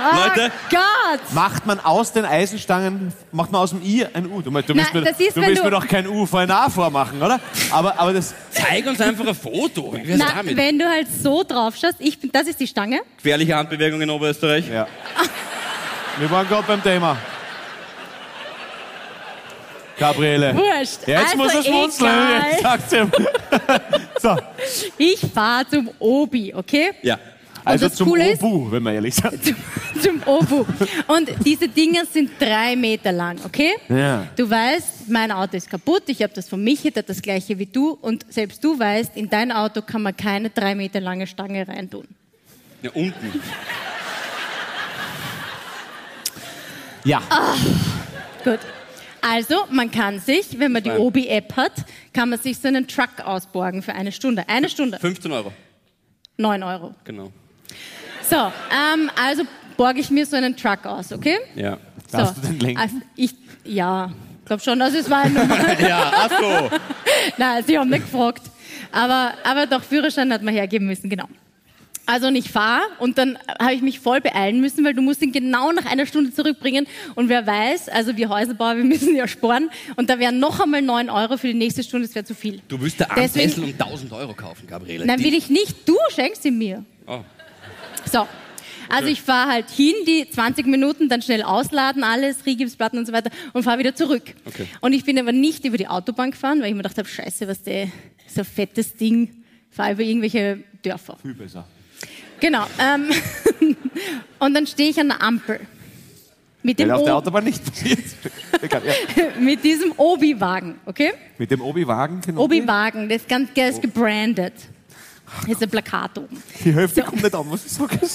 D: Oh
F: Leute.
D: Gott!
E: Macht man aus den Eisenstangen, macht man aus dem I ein U? Du, meinst, du
D: Nein,
E: willst, mir,
D: das ist,
E: du
D: wenn
E: willst
D: du-
E: mir doch kein U vor ein A vormachen, oder? Aber, aber das,
F: Zeig uns einfach ein Foto. Wie wär's
D: Na,
F: damit?
D: wenn du halt so drauf schaust, ich bin, das ist die Stange.
F: Gefährliche Handbewegung in Oberösterreich.
E: ja. Wir waren gerade beim Thema. Gabriele.
D: Wurscht.
E: Ja, jetzt
D: also
E: muss er schmunzeln.
D: egal.
E: Jetzt sagt's ihm. So,
D: Ich fahre zum Obi, okay?
F: Ja.
E: also
D: das
E: zum
D: Coole ist-
E: Obu, wenn man ehrlich sagt.
D: Zum, zum Obu. Und diese Dinger sind drei Meter lang, okay?
E: Ja.
D: Du weißt, mein Auto ist kaputt, ich habe das von Michi, der hat das gleiche wie du. Und selbst du weißt, in dein Auto kann man keine drei Meter lange Stange reintun.
F: ja, unten.
E: Ja.
D: Gut. Also, man kann sich, wenn man die
F: Nein.
D: Obi-App hat, kann man sich so einen Truck ausborgen für eine Stunde. Eine Stunde,
F: 15 Euro.
D: 9 Euro.
F: Genau.
D: So, ähm, also borge ich mir so einen Truck aus, okay?
F: Ja.
D: So.
E: Darfst du den
F: Ah,
E: lenken?
D: Also ich, ja, glaube schon, dass es war ein Nummer.
F: Ja, ach so.
D: Nein, sie haben nicht gefragt. Aber, aber doch, Führerschein hat man hergeben müssen, genau. Also und ich fahre und dann habe ich mich voll beeilen müssen, weil du musst ihn genau nach einer Stunde zurückbringen. Und wer weiß, also wir Häuselbauer, wir müssen ja sparen. Und da wären noch einmal 9 Euro für die nächste Stunde, das wäre zu viel.
F: Du willst der
D: Deswegen-
F: Armsessel um 1000 Euro kaufen, Gabriele.
D: Nein,
F: Die-
D: will ich nicht. Du schenkst ihn mir.
F: Oh.
D: So. Also ich fahre halt hin, die 20 Minuten, dann schnell ausladen, alles, Rigipsplatten und so weiter und fahre wieder zurück.
F: Okay.
D: Und ich bin aber nicht über die Autobahn gefahren, weil ich mir gedacht habe, scheiße, was der, so ein fettes Ding, vor allem für irgendwelche Dörfer.
E: Viel besser.
D: Genau. Ähm, und dann stehe ich an der Ampel. Mit dem,
E: Weil auf der
D: o
E: Autobahn nicht passiert. Egal, ja.
D: mit diesem Obi-Wagen, okay?
E: Mit dem Obi-Wagen. den
D: Obi-Wagen, das ist ganz der
E: Oh.
D: ist gebrandet. Hier ist ein Plakat oben.
E: Die Hälfte kommt nicht an, was ich sage.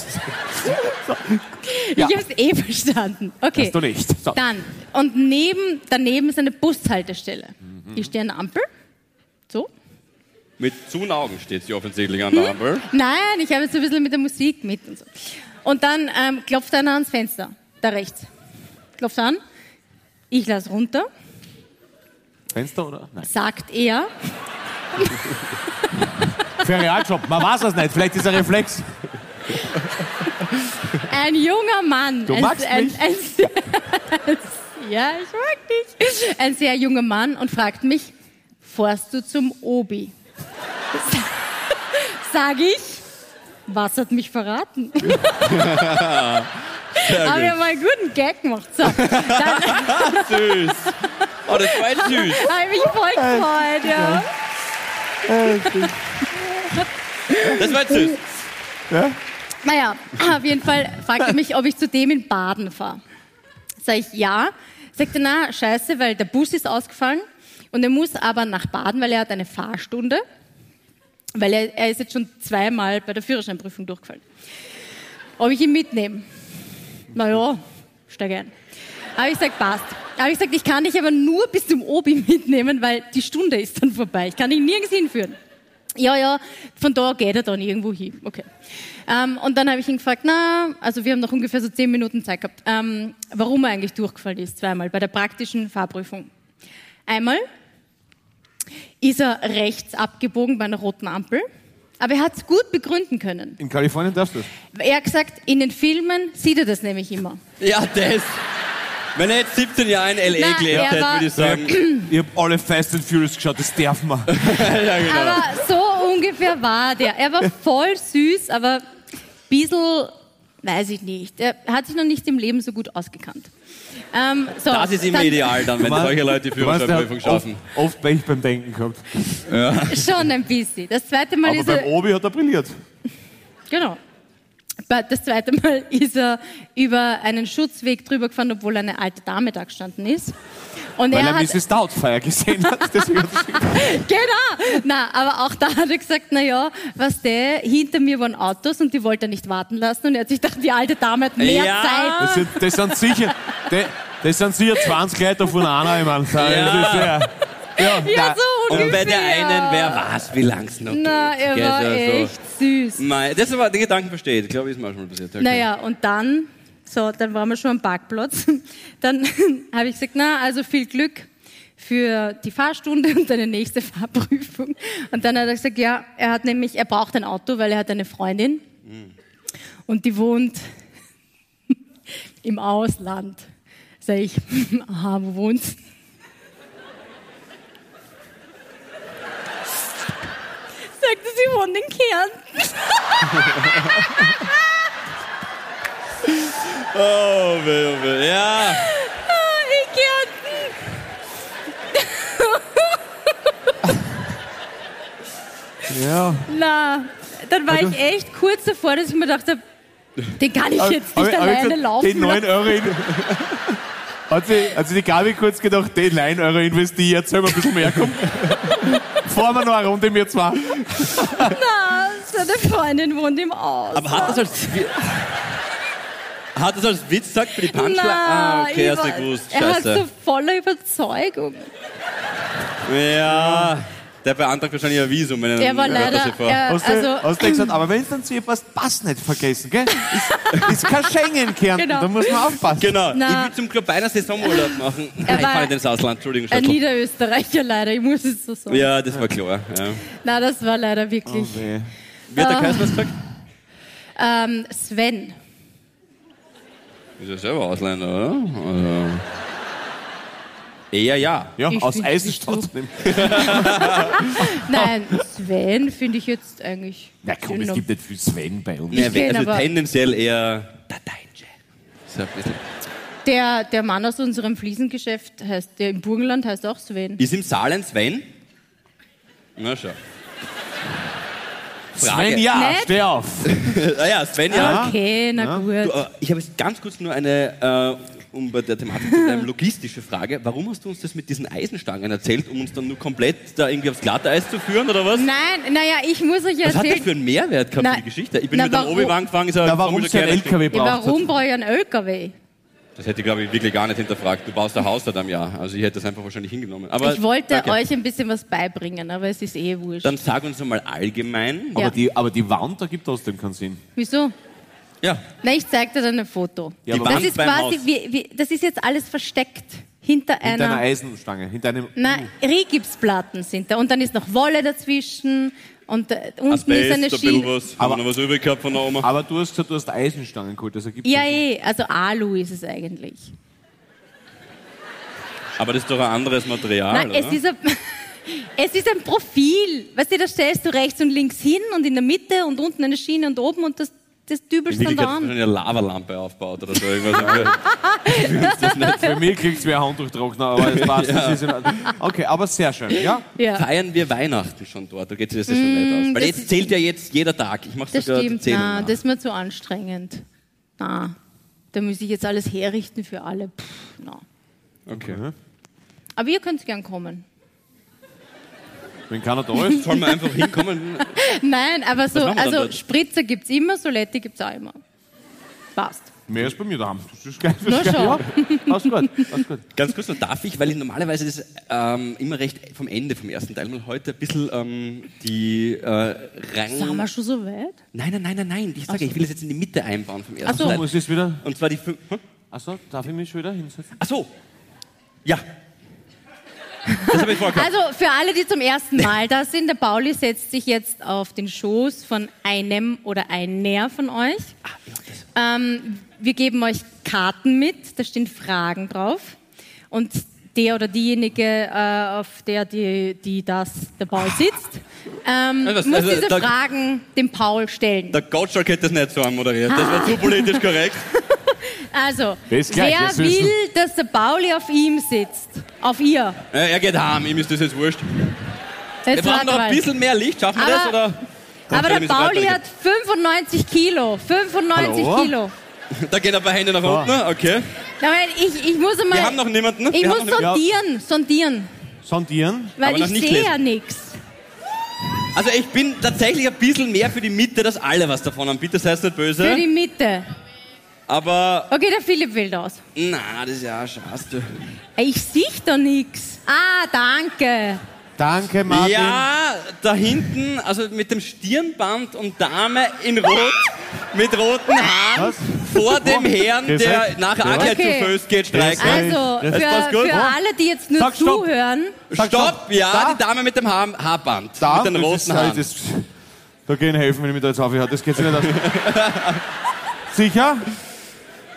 E: Ja.
D: Ich habe es eh verstanden. Okay.
E: Hast du nicht. So.
D: Dann, und neben, daneben ist eine Bushaltestelle. Ich stehe an der Ampel. So.
F: Mit zuen Augen steht sie offensichtlich an der Ampel.
D: Nein, ich habe jetzt so ein bisschen mit der Musik mit und so. Und dann ähm, klopft einer ans Fenster, da rechts. Klopft an. Ich lasse runter,
E: Fenster oder? Nein.
D: sagt er.
E: Für einen Realjob, man weiß es nicht. Vielleicht ist ein Reflex.
D: Ein junger Mann.
E: Du
D: ein,
E: magst
D: ein,
E: mich.
D: Ein, ja, ich mag dich. Ein sehr junger Mann und fragt mich, fährst du zum Obi? Sag ich, was hat mich verraten? Haben wir mal einen guten Gag gemacht. So, dann habe
F: Süß. Oh, das war jetzt süß.
D: ich mich voll gefreut,
E: Äh,
D: ja.
F: Das war jetzt süß.
D: Naja, auf jeden Fall fragt er mich, ob ich zu dem in Baden fahre. Sag ich ja. Sagt er, na, scheiße, weil der Bus ist ausgefallen und er muss aber nach Baden, weil er hat eine Fahrstunde. Weil er, er ist jetzt schon zweimal bei der Führerscheinprüfung durchgefallen. Ob ich ihn mitnehme? Naja, steig ein. Aber ich sag, passt. Aber ich sag, ich kann dich aber nur bis zum Obi mitnehmen, weil die Stunde ist dann vorbei. Ich kann dich nirgends hinführen. Ja, ja, von da geht er dann irgendwo hin. Okay. Ähm, und dann habe ich ihn gefragt, na, also wir haben noch ungefähr so zehn Minuten Zeit gehabt, ähm, warum er eigentlich durchgefallen ist, zweimal bei der praktischen Fahrprüfung. Einmal ist er rechts abgebogen bei einer roten Ampel, aber er hat es gut begründen können.
E: In Kalifornien darfst du das.
D: Er hat gesagt, in den Filmen sieht er das nämlich immer.
F: Ja, das. Wenn er jetzt 17 Jahre in L.A.
D: Nein,
F: gelebt
D: er
F: hätte,
D: war-
F: würde ich sagen.
E: Ich hab alle Fast and Furious geschaut, das darf man.
F: ja, genau.
D: Aber so ungefähr war der. Er war voll süß, aber ein bisschen, weiß ich nicht. Er hat sich noch nicht im Leben so gut ausgekannt. Ähm, so,
F: Das ist immer
D: dann- Oh,
F: ideal dann, wenn solche Leute die
E: Du meinst, der hat
F: Führerscheinprüfung schaffen.
E: Oft, oft Pech beim Denken gehabt.
D: Schon ein bisschen. Das zweite Mal
E: Aber
D: ist
E: beim
D: er.
E: Obi hat er brilliert.
D: Genau. Ba- Das zweite Mal ist er über einen Schutzweg drüber gefahren, obwohl eine alte Dame da gestanden ist. Und
E: Weil
D: er
E: er
D: hat
E: Mrs. Doubtfire gesehen hat. Deswegen hat er sich-
D: Genau. Na, aber auch da hat er gesagt, na ja, was der hinter mir waren Autos und die wollte er nicht warten lassen und er hat sich gedacht, die alte Dame hat mehr
F: Ja.
D: Zeit.
E: das, sind, das sind sicher, das, das sind sicher 20 Leute von einer, ich meine. Ja. Ja,
D: Ja, also, so
F: Und
D: ungefähr.
F: bei der einen, wer weiß, wie lang es noch
D: Na,
F: geht.
D: er
F: Gell,
D: war
F: so-
D: echt süß.
F: so. Nein, das war den Gedanken versteht. Ich glaube, ist mir auch schon mal passiert. Okay.
D: Naja, und dann, so, dann waren wir schon am Parkplatz. Dann habe ich gesagt, na, also viel Glück für die Fahrstunde und deine nächste Fahrprüfung. Und dann hat er gesagt, ja, er hat nämlich, er braucht ein Auto, weil er hat eine Freundin und die wohnt im Ausland. Sag ich, aha, wo wohnst Sagte sie, wohnt in Kärnten.
F: Oh, weh, oh, weh. Ja.
D: Kärnten.
E: ja.
D: Na, dann
F: Also
D: war ich echt kurz davor, dass ich mir dachte, den kann ich jetzt
E: Hab
D: nicht
E: ich- hab ich
D: alleine
E: gesagt, Den
D: laufen
E: 9
D: lassen.
E: Euro in hat, sie, hat sie die Gabi kurz gedacht, den 9 Euro investiert, soll wir ein bisschen mehr kommen. Fahren wir noch eine Runde, wir zwei.
D: Na, seine Freundin wohnt im Aus.
F: Aber hat das als hat das als Witz gesagt für die Punchline? ah, okay, hast du
D: über-
F: gewusst.
D: er hat
F: Scheiße.
D: so voller Überzeugung.
F: ja. Der beantragt wahrscheinlich ein Visum, wenn er
D: Er war
F: hört, dass
D: leider,
F: ich fahr.
D: er,
E: Hast du,
D: also,
E: hast du gesagt, aber wenn es dann zu ihr passt, passt nicht vergessen, gell? Ist, ist kein Schengen-Kärnten,
D: Genau.
E: da muss man aufpassen.
F: Genau,
D: Na.
F: ich will zum Club einer Saisonurlaub machen. Nein, ich
D: war-
F: fahre nicht ins Ausland, Entschuldigung.
D: ein
F: Schatz.
D: Niederösterreicher leider, ich muss es so sagen.
F: Ja, das war klar. Ja. Oh,
D: Na, das war leider wirklich.
E: Nee.
F: Wie hat der Kaiser was gesagt?
D: ähm, Sven,
F: Ist ja selber Ausländer, oder? Also. Eher ja.
E: Ja,
D: Ich
E: aus
D: find's
E: Eisenstadt.
D: nein,
F: Oh.
D: Sven finde ich jetzt eigentlich.
E: Na komm,
D: Genau.
E: es gibt nicht viel Sven bei uns.
F: Ja,
D: Ich kenn
F: also
D: aber-
F: tendenziell eher der Deutsche. So ein bisschen.
D: Der, der Mann aus unserem Fliesengeschäft heißt, der im Burgenland heißt auch Sven.
F: Ist im Saarland Sven? Na schau. Frage.
E: Svenja,
D: Nicht?
E: steh auf.
F: Naja,
D: Ah.
F: Svenja,
D: Okay, na
F: du,
D: gut.
F: äh, ich habe jetzt ganz kurz nur eine, äh, um bei der Thematik zu bleiben, logistische Frage. Warum hast du uns das mit diesen Eisenstangen erzählt, um uns dann nur komplett da irgendwie aufs Glatteis zu führen, oder was?
D: Nein, naja, ich muss euch
F: Was hat
D: erzählen.
F: das für einen Mehrwert gehabt,
D: Na-
F: die Geschichte? Ich bin
D: na,
F: mit einem
D: warum-
F: Obi-Wan gefangen, so
E: Na, warum sie einen LKW
D: Ja,
E: braucht.
D: warum brauche ich einen LKW?
F: Das hätte ich, glaube ich, wirklich gar nicht hinterfragt. Du baust ein Haus seit einem Jahr. Also ich hätte das einfach wahrscheinlich hingenommen. Aber
D: Ich wollte
F: danke.
D: euch ein bisschen was beibringen, aber es ist eh wurscht.
F: Dann sag uns mal allgemein.
D: Ja.
E: Aber, die, aber die Wand ergibt trotzdem keinen Sinn.
D: Wieso?
F: Ja.
D: Na, ich zeig dir dann ein Foto.
E: Ja,
F: Die
E: aber
D: Das
F: Wand
D: ist
F: beim
D: quasi,
F: Haus.
D: wie, wie, das ist jetzt alles versteckt hinter
E: Hinter einer
D: einer.
E: Eisenstange, hinter einem.
D: Na, Rigipsplatten sind da und dann ist noch Wolle dazwischen und äh, unten ist
F: Asbest,
D: eine
F: ein bisschen
D: Schiene.
F: was. Haben wir noch was übrig gehabt von der Oma?
E: Aber du hast gesagt, du hast Eisenstangen geholt, das ergibt
D: Ja,
E: keinen Sinn.
D: eh, also Alu ist es eigentlich.
F: Aber das ist doch ein anderes Material,
D: Nein, es
F: oder?
D: ist, ein, es ist ein Profil. Weißt du, da stellst du rechts und links hin und in der Mitte und unten eine Schiene und oben und das, das dübelst
F: In
D: dann da
F: Wirklichkeit hat
D: an.
F: eine Lavalampe aufgebaut oder so irgendwas.
E: Für mich klingt es wie ein Handtuchtrockner, aber es passt. Das ist in Ordnung. Okay, aber sehr schön. Ja?
F: äh,
D: Ja. Mm,
F: Feiern wir Weihnachten schon dort? Da geht sich das ja schon nicht aus. Weil
D: das
F: jetzt zählt ja jetzt jeder Tag. Ich mache
D: Das
F: sogar die
D: stimmt,
F: Zählung
D: na,
F: nach.
D: das ist mir zu anstrengend. Na, da müsste ich jetzt alles herrichten für alle. Pff, na.
F: Okay.
E: Mhm.
D: Aber ihr könnt gern kommen.
E: Wenn keiner da ist.
F: Sollen wir einfach hinkommen?
D: Nein, aber so,
F: machen wir dann
D: also
F: dort?
D: Spritzer gibt's immer, Soletti gibt's auch immer. Passt.
E: Mehr ist bei mir daheim. Das ist geil.
D: Na
E: Das ist geil. Ja,
D: schon.
E: alles gut. Alles gut.
F: Ganz kurz noch, darf ich, weil ich normalerweise das ähm, immer recht vom Ende vom ersten Teil mal heute ein bisschen ähm, die äh,
D: Sind
F: Rang...
D: wir schon so weit?
F: Nein, nein, nein, nein, nein. Ich sage, ich will das jetzt in die Mitte einbauen vom ersten
D: so.
E: So,
F: Teil.
E: muss ich jetzt wieder.
F: Und zwar die fünf. Hm?
E: Achso, darf ich mich schon wieder hinsetzen?
F: Ach so. Ja. Das habe ich vorgehabt.
D: Also für alle, die zum ersten Mal da sind, der Pauli setzt sich jetzt auf den Schoß von einem oder einer von euch. Ähm, wir geben euch Karten mit, da stehen Fragen drauf. Und der oder diejenige, äh, auf der die, die das, der Paul sitzt, ähm,
F: Also was-
D: muss
F: also
D: diese
F: da-
D: Fragen dem Paul stellen.
F: Der Gottschalk hätte das nicht so moderiert. Das
D: Ah.
F: war zu politisch korrekt.
D: Also,
E: Das gleich,
D: wer
E: das wissen.
D: will, dass der Pauli auf ihm sitzt? Auf ihr.
F: Äh, Er geht heim, ihm ist das jetzt wurscht. Wir
D: Jetzt
F: brauchen
D: warte
F: noch
D: mal.
F: ein bisschen mehr Licht. Schaffen wir das?
D: Aber-
F: Oder?
D: Aber der
F: Okay, wir müssen
D: Pauli
F: weitergehen.
D: hat 95 Kilo. 95
E: Hallo?
D: Kilo.
F: Da gehen ein paar Hände nach unten. Okay.
D: Nein, ich, ich muss einmal.
F: Wir haben noch niemanden.
D: ich
F: Wir
D: muss
F: haben noch
D: sondieren, sondieren.
E: Sondieren.
D: Weil
F: Aber noch
D: ich
F: nicht
D: sehe
F: lesen.
D: ja nichts.
F: niemanden. Also ich bin tatsächlich ein bisschen mehr für die Mitte, dass alle was davon haben. Bitte seid nicht
D: Für
F: böse.
D: die Mitte.
F: Aber
D: Okay, der Philipp wählt aus.
F: na, das ist ja scheiße.
D: Ey, Ich sehe da nichts. Ah, danke.
E: Danke, Martin.
F: Ja, da hinten, also mit dem Stirnband und Dame in Rot, mit roten Haaren,
E: Was?
F: vor dem Herrn,
E: Ihr
F: der
E: seid-
F: nach Akia
D: Okay.
F: zu Föst geht, streiken.
E: seid-
D: Also,
E: Das
F: passt
D: für,
F: gut.
D: für alle, die jetzt nur
E: Sag Stopp.
D: zuhören,
F: Stopp,
E: Stopp.
F: ja,
E: Da?
F: die Dame mit dem Haar, Haarband,
E: Da,
F: mit den
E: das
F: roten
E: ist halt-
F: Haaren.
E: das- Da gehen helfen, wenn ich mich da jetzt aufhöre. Das geht sich nicht aus. Sicher?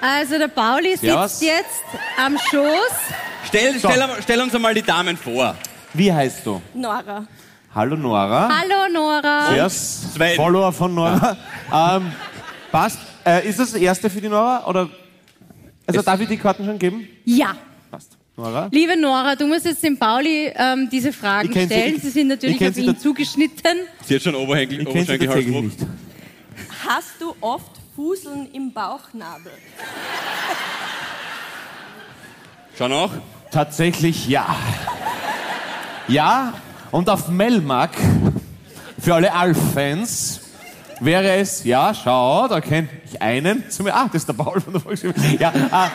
D: also der Pauli sitzt
E: Servus.
D: jetzt am Schoß.
F: Stell, stell, stell uns einmal die Damen vor.
E: Wie heißt du?
G: Nora.
E: Hallo Nora.
D: Hallo, Nora.
E: Der
F: Sven.
E: Follower von Nora. ähm, passt. Äh, ist das das erste für die Nora? Oder? Also darf ich die Karten schon geben?
D: Ja.
E: Passt. Nora?
D: Liebe Nora, du musst jetzt dem Pauli ähm, diese Fragen
E: Ich kenn sie-
D: stellen. Sie,
E: ich-
D: sind
E: ich
D: natürlich
E: kenn
D: auf
E: sie
D: ihn
E: da-
D: zugeschnitten.
F: Sie hat schon Oberschenkel,
E: Ich kenne sie
F: Oberschenkel Hals
E: tatsächlich
F: hoch.
E: nicht.
G: Hast du oft Fuseln im Bauchnabel?
F: Schau noch.
E: Tatsächlich ja. Ja, und auf Melmark, für alle Alf-Fans, wäre es, ja, schau, da kenne ich einen. Zum, ah, das ist der Paul von der Volksschule. Ja, ah,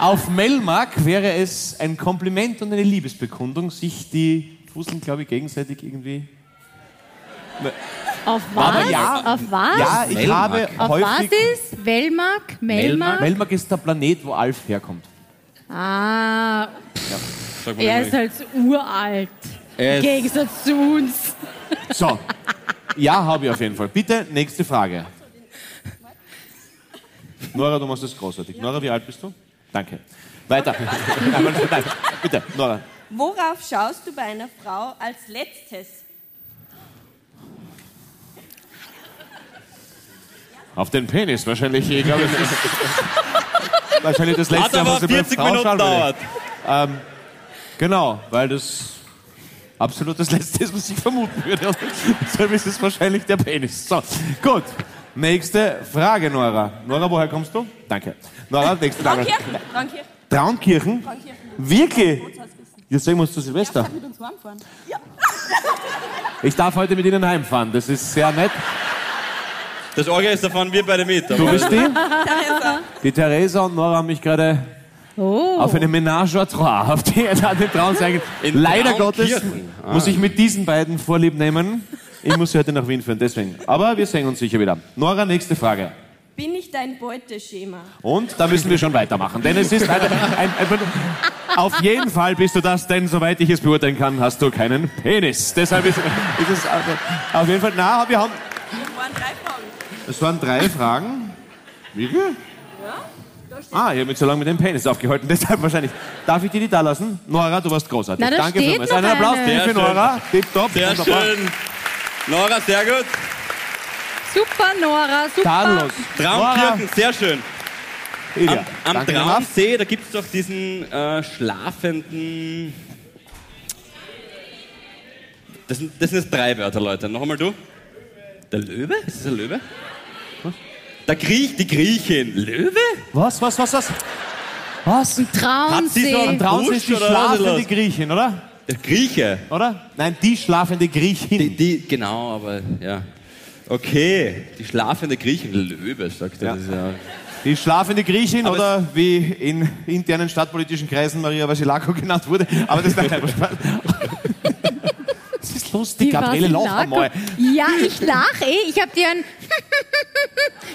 E: auf Melmark wäre es ein Kompliment und eine Liebesbekundung, sich die Fuseln, glaube ich, gegenseitig irgendwie.
D: Auf was?
E: Aber ja.
D: Auf was?
E: Ja, ich
F: Mellmark?
E: habe
D: Auf
E: häufig.
D: was ist? Wellmark? Melmark?
E: Melmark ist der Planet, wo Alf herkommt.
D: Ah,
F: Sag mal
D: er
F: nochmal.
D: ist halt uralt. Im
F: Er ist-
D: Gegensatz zu uns.
E: So. Ja, habe ich auf jeden Fall. Bitte, nächste Frage. Nora, du machst das großartig. Nora, wie alt bist du? Danke. Weiter. Nein, nein, Bitte, Nora.
G: Worauf schaust du bei einer Frau als letztes?
E: Auf den Penis wahrscheinlich. Ich glaube, das ist wahrscheinlich das
F: Hat
E: letzte,
F: aber
E: was ich bei
F: 40
E: Frauen
F: Minuten
E: schauen würde.
F: dauert.
E: Genau, weil das absolut das Letzte, was ich vermuten würde. Deshalb ist es wahrscheinlich der Penis. So, gut. Nächste Frage, Nora. Nora, woher kommst du? Danke. Nora, nächste Frage.
G: Kirchen, danke.
E: Traunkirchen? Wirklich? Jetzt sehen wir uns zu Silvester.
G: Mit uns heimfahren.
E: Ich darf heute mit Ihnen heimfahren. Das ist sehr nett.
F: Das Orgel ist, da fahren wir beide mit.
E: Du
F: Aber
E: bist die? Die Theresa und Nora haben mich gerade
G: Oh.
E: auf eine Ménage à trois, auf die an den Traum zeigen.
F: In
E: Leider Gottes
F: Traunkirchen.
E: muss ich mit diesen beiden Vorlieb nehmen. Ich muss sie heute nach Wien führen, deswegen. Aber wir sehen uns sicher wieder. Nora, nächste Frage.
G: Bin ich dein Beuteschema?
E: Und da müssen wir schon weitermachen, denn es ist halt ein, ein, ein, auf jeden Fall bist du das, denn soweit ich es beurteilen kann, hast du keinen Penis. Deshalb ist, ist es auf jeden Fall. Na, wir haben.
G: Wir waren drei Fragen.
E: Es waren drei Fragen. Wirklich? Ja. Ah, ich habe mich so lange mit dem Penis aufgehalten, deshalb wahrscheinlich. Darf ich dir die da lassen? Nora, du warst großartig.
D: Na, da
E: Danke
D: steht
E: vielmals.
D: noch
E: Einen Applaus
D: eine.
E: bitte
F: Sehr
E: für
F: schön.
E: Nora. Tip top.
F: Sehr
E: wunderbar.
F: schön. Nora, sehr gut.
D: Super, Nora, super.
E: Tadellos.
F: Traumkirchen, sehr schön.
E: Ilja,
F: Am, am
E: danke nochmal.
F: Traumsee, da gibt es doch diesen äh, schlafenden. Das sind, das sind jetzt drei Wörter, Leute. Noch einmal du. Der Löwe? Ist das ein Löwe? Was? Der Griech, die Griechin. Löwe?
E: Was, was, was, was? Was?
F: Hat sie so
D: Traunsee.
F: einen
E: Draußen ist die
F: Busch oder was ist
E: schlafende
F: los?
E: Griechin, oder?
F: Der Grieche.
E: Oder? Nein, die schlafende Griechin.
F: Die, die, genau, aber ja. Okay, die schlafende Griechin. Löwe, sagt er.
E: Ja.
F: Das ist ja.
E: Die schlafende Griechin
F: Aber
E: oder wie in internen stadtpolitischen Kreisen Maria Vasilako genannt wurde. Aber das ist ein kleiner Spaß. Das ist lustig,
D: Die
E: Gabriele, lach
D: Vasilako-
E: einmal.
D: Ja, ich lache eh. Ich habe dir ein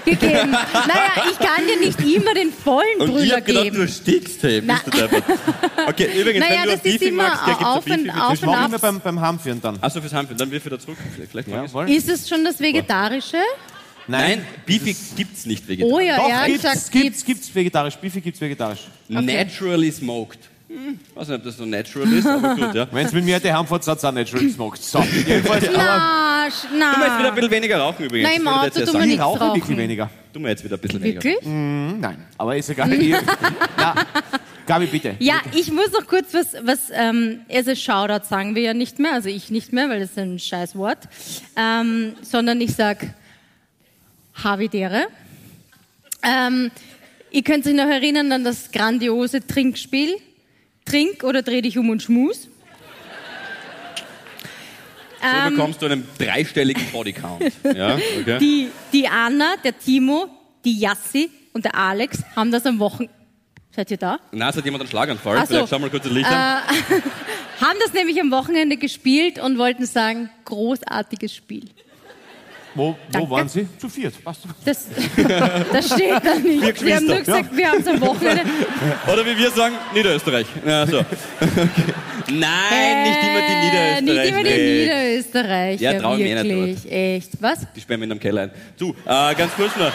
D: gegeben. Naja, ich kann dir nicht immer den vollen
F: Und ich
D: Brüller
F: hab gedacht,
D: geben.
F: du stinkst, hey, bist du deppert. Okay, übrigens,
D: Naja,
F: wenn du
D: das
F: auf
D: ist
F: Bifi
D: immer
F: magst, der gibt's
D: auf
F: auf Bifi.
D: und-
F: mit
D: auf
F: Fisch.
D: und ab.
E: Machen wir beim, beim Heimführen dann.
F: Achso, fürs Heimführen, dann wirf wieder zurück. Vielleicht mag
E: Ja,
F: ich's.
E: voll.
D: Ist es schon das Vegetarische?
F: Nein, Beefy gibt's nicht vegetarisch.
D: Oh ja,
E: Doch,
D: ja, ich
E: gibt's,
D: sag,
E: gibt's, gibt's vegetarisch. Bifi gibt's vegetarisch.
F: Naturally smoked. Hm, weiß nicht, ob das so natural ist, aber gut, ja. Du
E: Wenn's mit mir hätte, Hamfurt hat's auch natural smoked. So, jedenfalls. aber
D: Na, sch- na.
F: möchtest wieder ein bisschen weniger rauchen übrigens.
D: Nein, im
F: das würde
D: Auto
F: ich
D: tun
F: jetzt
D: wir
F: sagen.
E: ich
D: nichts
E: rauche ein bisschen
D: rauchen.
E: weniger.
F: Tun wir jetzt wieder ein bisschen weniger.
D: Wirklich?
E: Hm, nein, aber ist egal. Ihr- Na, Gabi, bitte.
D: Ja, ich muss noch kurz was, was ähm, also Shoutout sagen wir ja nicht mehr, also ich nicht mehr, weil das ist ein scheiß Wort, ähm, sondern ich sag Havidere. Ähm, ihr könnt sich noch erinnern an das grandiose Trinkspiel. Trink oder dreh dich um und schmus.
F: So bekommst du einen dreistelligen Bodycount. Ja, okay.
D: Ähm. Die, die Anna, der Timo, die Jassi und der Alex haben das am Wochenende. Seid ihr da?
F: Na, es hat jemand einen Schlaganfall.
D: Ach so.
F: Vielleicht schau mal kurz das Licht an.
D: Haben das nämlich am Wochenende gespielt und wollten sagen, großartiges Spiel.
E: Wo, wo
D: Danke.
E: waren Sie? Zu viert. Passt.
D: Das, das steht da nicht. Wir haben
E: Geschwister,
D: nur gesagt, wir haben es am Wochenende. Äh.
F: Oder wie wir sagen, Niederösterreich. Ja, so. okay. Nein, nicht immer die
D: Äh,
F: Niederösterreich.
D: Nicht immer die
F: Nee.
D: Niederösterreicher,
F: Ja, trau ich mir nicht
D: wirklich. Echt. Was?
F: Die sperren wir in einem Keller ein. Du, äh, ganz kurz noch.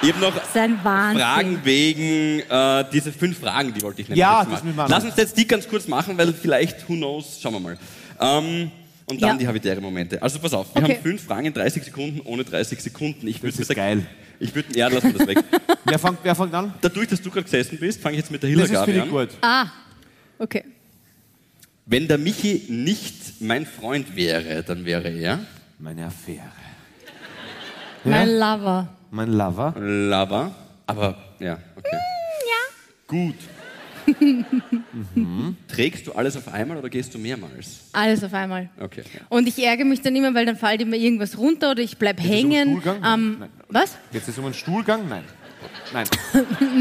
F: Ich habe noch
D: Das ist ein Wahnsinn.
F: Fragen wegen äh, diese fünf Fragen, die wollte ich nämlich
E: Ja,
F: jetzt
E: das
F: machen.
E: müssen wir machen.
F: Lass uns jetzt die ganz kurz machen, weil vielleicht, who knows, schauen wir mal. Ähm, und dann
D: Ja.
F: die habitäre Momente. Also pass auf, wir
D: Okay.
F: haben fünf Fragen in 30 Sekunden ohne 30 Sekunden. Ich würde
E: ist geil.
F: Ich würde, ja, lass mir das weg.
E: Wer fängt, wer fängt an?
F: Dadurch, dass du gerade gesessen bist, fange ich jetzt mit der
E: Das ist für
F: Hillergabe an.
E: dich gut.
D: Ah, okay.
F: Wenn der Michi nicht mein Freund wäre, dann wäre er
E: Meine Affäre.
D: Mein Lover.
E: Mein Lover.
F: Lava. Aber, ja, okay.
E: Mm,
F: Gut. Mhm. Trägst du alles auf einmal oder gehst du mehrmals?
D: Alles auf einmal.
F: Okay.
D: Und ich ärgere mich dann immer, weil dann fällt immer irgendwas runter oder ich bleib hängen.
E: Stuhlgang?
D: Ähm,
E: Nein.
D: was?
E: Geht es um einen Stuhlgang? Nein. Nein.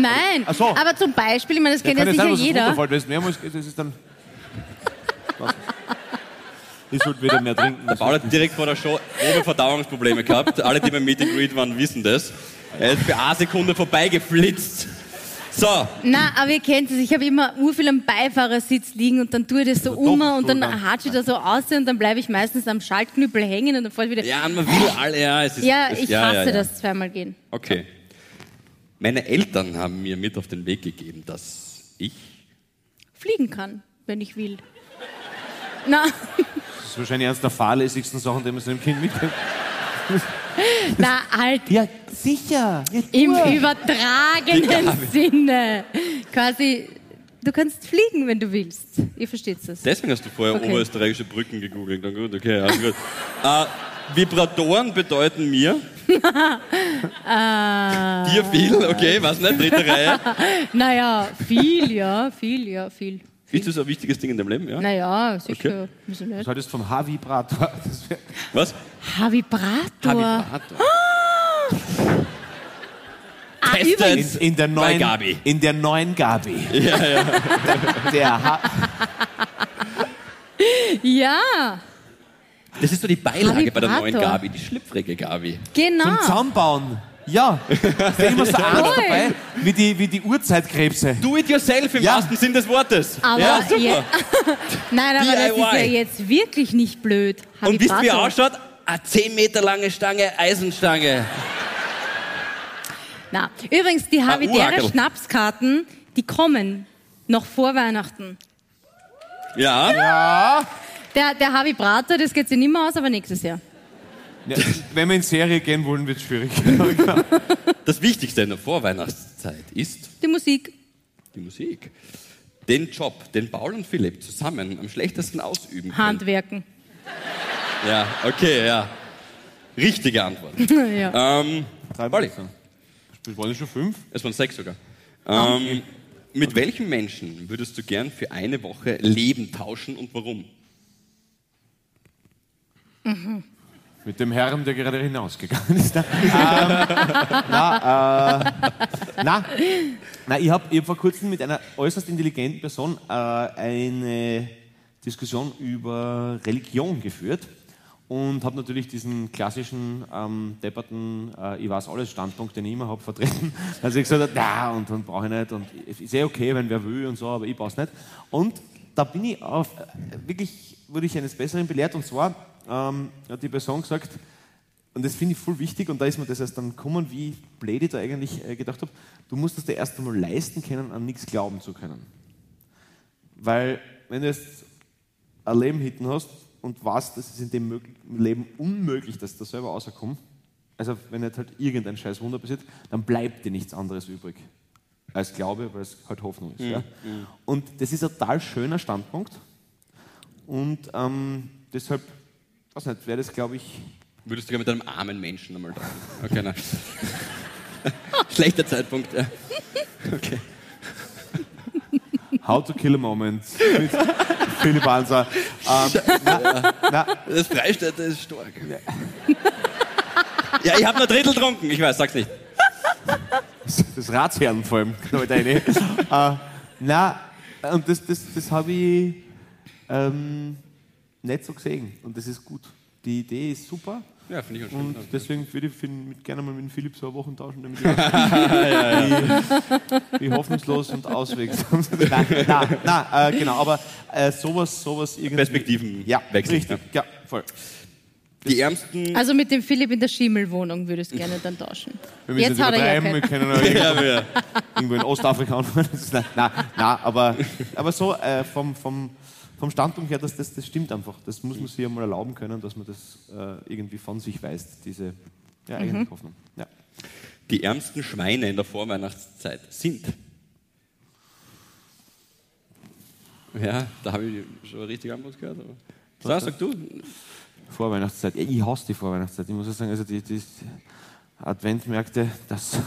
D: Nein.
E: Ach so.
D: Aber zum Beispiel, ich meine, das kennt ja sicher jeder.
E: Wenn es mehrmals geht, das ist dann. Was? Ich sollte wieder mehr trinken.
F: Der Paul hat direkt vor der Show grobe Verdauungsprobleme gehabt. Alle, die beim Meet and Greet waren, wissen das. Er ist für eine Sekunde vorbeigeflitzt. So,
D: Na, aber ihr kennt es, ich habe immer urviel am Beifahrersitz liegen und dann tue ich das so um und dann
E: Doppelstuhlgang.
D: hatsche ich da so aus und dann bleibe ich meistens am Schaltknüppel hängen und dann fällt wieder. Ja,
F: ja, man will alle, ja, es ist, es,
D: ich hasse das zweimal gehen.
F: Okay. Meine Eltern haben mir mit auf den Weg gegeben, dass ich.
D: Fliegen kann, wenn ich will. Na,
E: Das ist wahrscheinlich eines der fahrlässigsten Sachen, die man seinem Kind mitgibt.
D: na halt
E: Ja, sicher.
D: im übertragenen Sinne. Quasi, Du kannst fliegen, wenn du willst. Ihr versteht es.
F: Deswegen hast du vorher
D: Okay.
F: oberösterreichische Brücken gegoogelt. Na gut, okay, also gut. äh, Vibratoren bedeuten mir. Dir viel,
D: Äh.
F: okay, was nicht, dritte Reihe.
D: Naja, viel, ja, viel, ja, viel.
F: Ist das ein wichtiges Ding in deinem Leben, ja?
D: Naja, sicher. Wieso
E: Du
D: nicht?
E: solltest vom H-Vibrator. Das wär-
F: Was?
D: Ha, Vibrator. Ah,
F: Testet.
E: In, in, der
F: Bei
E: neuen,
F: Gabi.
E: in der neuen Gabi. Ja, ja. Der
D: Ah.
E: H
D: Ja,
F: Das ist so die Beilage bei der neuen
D: Vibrator.
F: Gabi, die schlüpfrige Gabi.
E: zum
D: genau.
E: Zusammenbauen. Ja, da ist immer so einer
D: Voll.
E: dabei, wie die, wie die Uhrzeitkrebse.
F: Do it yourself im
E: Ja.
F: wahrsten Sinn des Wortes.
D: Aber
F: ja, super.
D: je- Nein, aber das ist ja
F: DIY.
D: jetzt wirklich nicht blöd. Ha,
F: Und wisst ihr, wie er
D: Vibrator.
F: ausschaut? Eine 10 Meter lange Stange, Eisenstange.
D: Na, übrigens,
F: Ah,
D: die Havidere
F: Urakel.
D: Schnapskarten, die kommen noch vor Weihnachten.
F: Ja,
D: Der, der Havi Brater, das geht sich nicht mehr aus, aber nächstes Jahr.
E: Ja, wenn wir in Serie gehen wollen, wird es schwierig.
F: das Wichtigste in der Vorweihnachtszeit ist
D: Die Musik.
F: die Musik. Den Job, den Paul und Philipp zusammen am schlechtesten ausüben können.
D: Handwerken.
F: Ja, okay, ja. Richtige Antwort.
D: ja.
F: ähm,
E: Drei
F: Olli.
E: Das waren schon fünf.
F: es waren sechs sogar. Ähm, mit welchem Menschen würdest du gern für eine Woche Leben tauschen und warum?
E: Mit dem Herrn, der gerade hinausgegangen ist. Na, ähm, na, äh, na, na, ich habe ich hab vor kurzem mit einer äußerst intelligenten Person äh, eine Diskussion über Religion geführt und habe natürlich diesen klassischen ähm, depperten äh, ich weiß alles Standpunkt, den ich immer habe, vertreten. Also ich gesagt habe, na und dann brauche ich nicht und es ist eh okay, wenn wer will und so, aber ich brauche es nicht. Und da bin ich auf, äh, wirklich wurde ich eines Besseren belehrt und zwar ähm, hat die Person gesagt, und das finde ich voll wichtig, und da ist mir das erst dann gekommen, wie blöd ich da eigentlich äh, gedacht habe, du musst es dir erst einmal leisten können, an nichts glauben zu können. Weil, wenn du jetzt ein Leben hinten hast und weißt, das ist in dem möglich- Leben unmöglich, dass du da selber rauskommst, also wenn jetzt halt irgendein scheiß Wunder passiert, dann bleibt dir nichts anderes übrig als Glaube, weil es halt Hoffnung ist. ja? Und das ist ein total schöner Standpunkt und ähm, deshalb, weiß nicht, wäre das, glaube ich,
F: Würdest du gerne mit einem armen Menschen einmal tauschen? Okay, nein. Schlechter Zeitpunkt. ja. Okay.
E: How to kill a moment mit Philipp Hanser. Ähm, na, na,
F: Das Freistädter ist stark. Ja, ich habe nur Drittel getrunken. Ich weiß, sag's nicht.
E: das Ratsherrn vor allem. Genau deine. äh, na, und das, das, das habe ich ähm, nicht so gesehen. Und das ist gut. Die Idee ist super.
F: Ja, finde ich auch schön.
E: Und deswegen würde ich fin- mit, gerne mal mit dem Philipp so eine Woche tauschen, damit ich weiß, wie, wie hoffnungslos und auswegslos. nein, nein, nein äh, genau, aber äh, sowas, sowas irgendwie.
F: Perspektiven
E: Ja,
F: wechseln,
E: richtig. Ja, voll.
F: Die Ärmsten.
D: Also mit dem Philipp in der Schimmelwohnung würdest du gerne dann tauschen.
E: Wir müssen
D: Jetzt
E: nicht
D: hat er ja
E: übertreiben, wir
D: keinen.
E: können auch irgendwo-
F: Ja, ja.
E: irgendwo in Ostafrika anfangen. Das ist- Nein, nein, nein aber, aber so äh, vom, vom, vom Standpunkt her, das, das, das stimmt einfach. Das muss man sich ja mal erlauben können, dass man das äh, irgendwie von sich weist, diese ja, eigene Hoffnung. Ja.
F: Die ärmsten Schweine in der Vorweihnachtszeit sind. Ja, da habe ich schon eine richtige Antwort gehört. Aber. Sag, sag du.
E: Vorweihnachtszeit. Ja, ich hasse die Vorweihnachtszeit. Ich muss ja sagen, also die, die Adventmärkte, das,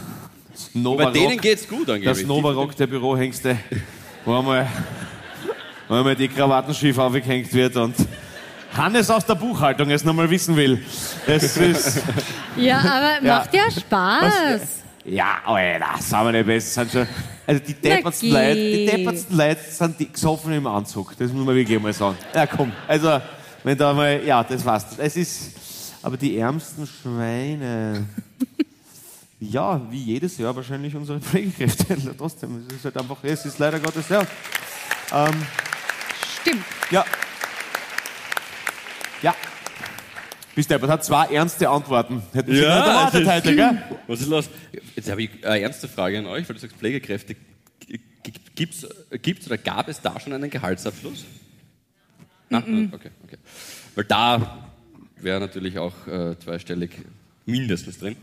E: das Nova
F: Bei denen
E: Rock,
F: geht's gut angeblich.
E: das Nova Rock der Bürohengste, wo einmal, wo einmal die Krawatten schief aufgehängt wird und Hannes aus der Buchhaltung es nochmal wissen will. Es ist...
D: Ja, aber
E: Ja.
D: macht ja Spaß.
E: Ja, Alter, sind wir nicht besser. Sind schon, also die deppertsten
D: Na
E: Leute, die
D: geh.
E: deppertsten Leute sind die gesoffen im Anzug. Das muss man wirklich mal sagen. Ja, komm. Also, wenn da mal, ja, das war's. Es ist, aber die ärmsten Schweine. ja, wie jedes Jahr wahrscheinlich unsere Pflegekräfte. Trotzdem, es ist halt einfach, es ist leider Gottes, ja. Ähm,
D: Stimmt.
E: ja. Ja. Bist du, hat zwei ernste Antworten. Hätten
F: Ja,
E: Sie nicht halt erwartet
F: das-
E: heute, gell?
F: Was ist los? Jetzt habe ich eine ernste Frage an euch, weil du sagst Pflegekräfte. Gibt es oder gab es da schon einen Gehaltsabschluss? Nein? Okay, okay. Weil da wäre natürlich auch äh, zweistellig mindestens drin.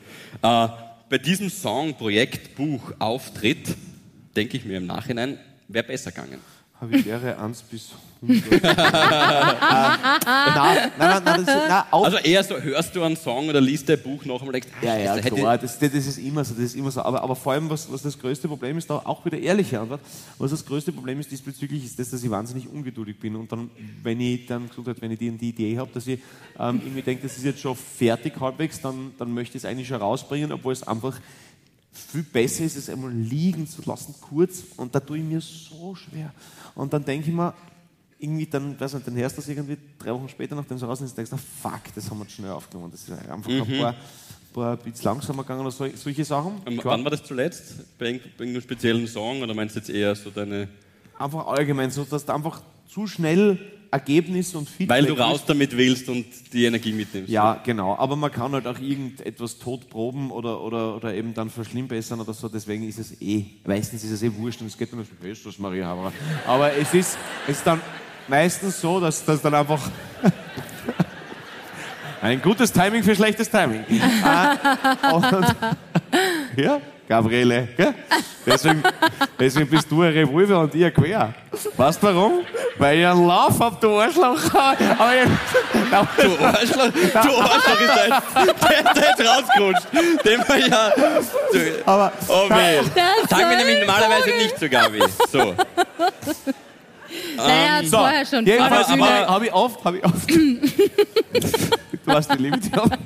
F: Äh, bei diesem Song, Projekt, Buch, Auftritt, denke ich mir im Nachhinein, Wäre besser gegangen.
E: Habitäre 1 bis 100. äh, nein, nein, nein, nein, das ist, nein auf,
F: Also eher so, hörst du einen Song oder liest ein Buch noch einmal und denkst, ah,
E: Oh. Ja, ja,
F: Scheiße, hätte-
E: klar, das, das, das ist immer so, das ist immer so. Aber, aber vor allem, was, was das größte Problem ist, da auch wieder ehrliche Antwort, was das größte Problem ist diesbezüglich, ist das, dass ich wahnsinnig ungeduldig bin und dann, wenn ich dann gesagt habe, wenn ich die, und die Idee habe, dass ich ähm, irgendwie denke, das ist jetzt schon fertig halbwegs, dann, dann möchte ich es eigentlich schon rausbringen, obwohl es einfach viel besser ist, es einmal liegen zu lassen, kurz, und da tue ich mir so schwer. Und dann denke ich mir, irgendwie dann, weiß nicht, dann hörst du das irgendwie drei Wochen später, nachdem es raus ist, denkst du, na, fuck, das haben wir zu schnell aufgenommen. Das ist einfach ein paar, paar Beats langsamer gegangen oder sol- solche Sachen.
F: Mhm. Ähm,
E: Klar,
F: Wann war das zuletzt? Bei irgend- bei irgendeinem speziellen Song oder meinst du jetzt eher so deine.
E: einfach allgemein, so dass du einfach zu schnell Ergebnis und Feedback.
F: Weil du
E: willst.
F: raus damit willst und die Energie mitnimmst.
E: Ja, genau. Aber man kann halt auch irgendetwas tot proben oder, oder, oder eben dann verschlimmbessern oder so. Deswegen ist es eh, meistens ist es eh wurscht und es geht dann so, Jesus Maria Haberer. Aber es ist, es ist dann meistens so, dass das dann einfach. Ein gutes Timing für schlechtes Timing. Ah, und, ja, Gabriele. Gell? Deswegen, deswegen bist du ein Revolver und ich ein Quer. Weißt du warum? Weil ich einen Lauf hab, du Arschloch. Aber ich,
F: Du Arschloch, du Arschloch ist ein. Der, der ist rausgerutscht. Dem war ja.
E: aber
F: Oh weh. Sagen wir nämlich normalerweise
D: Vogel.
F: nicht zu Gabi. So. Also Ähm,
D: Naja,
E: So,
D: vorher schon.
E: Jedenfalls
F: Aber- aber-
E: habe ich oft, habe ich oft. du hast die Liebe, die hab-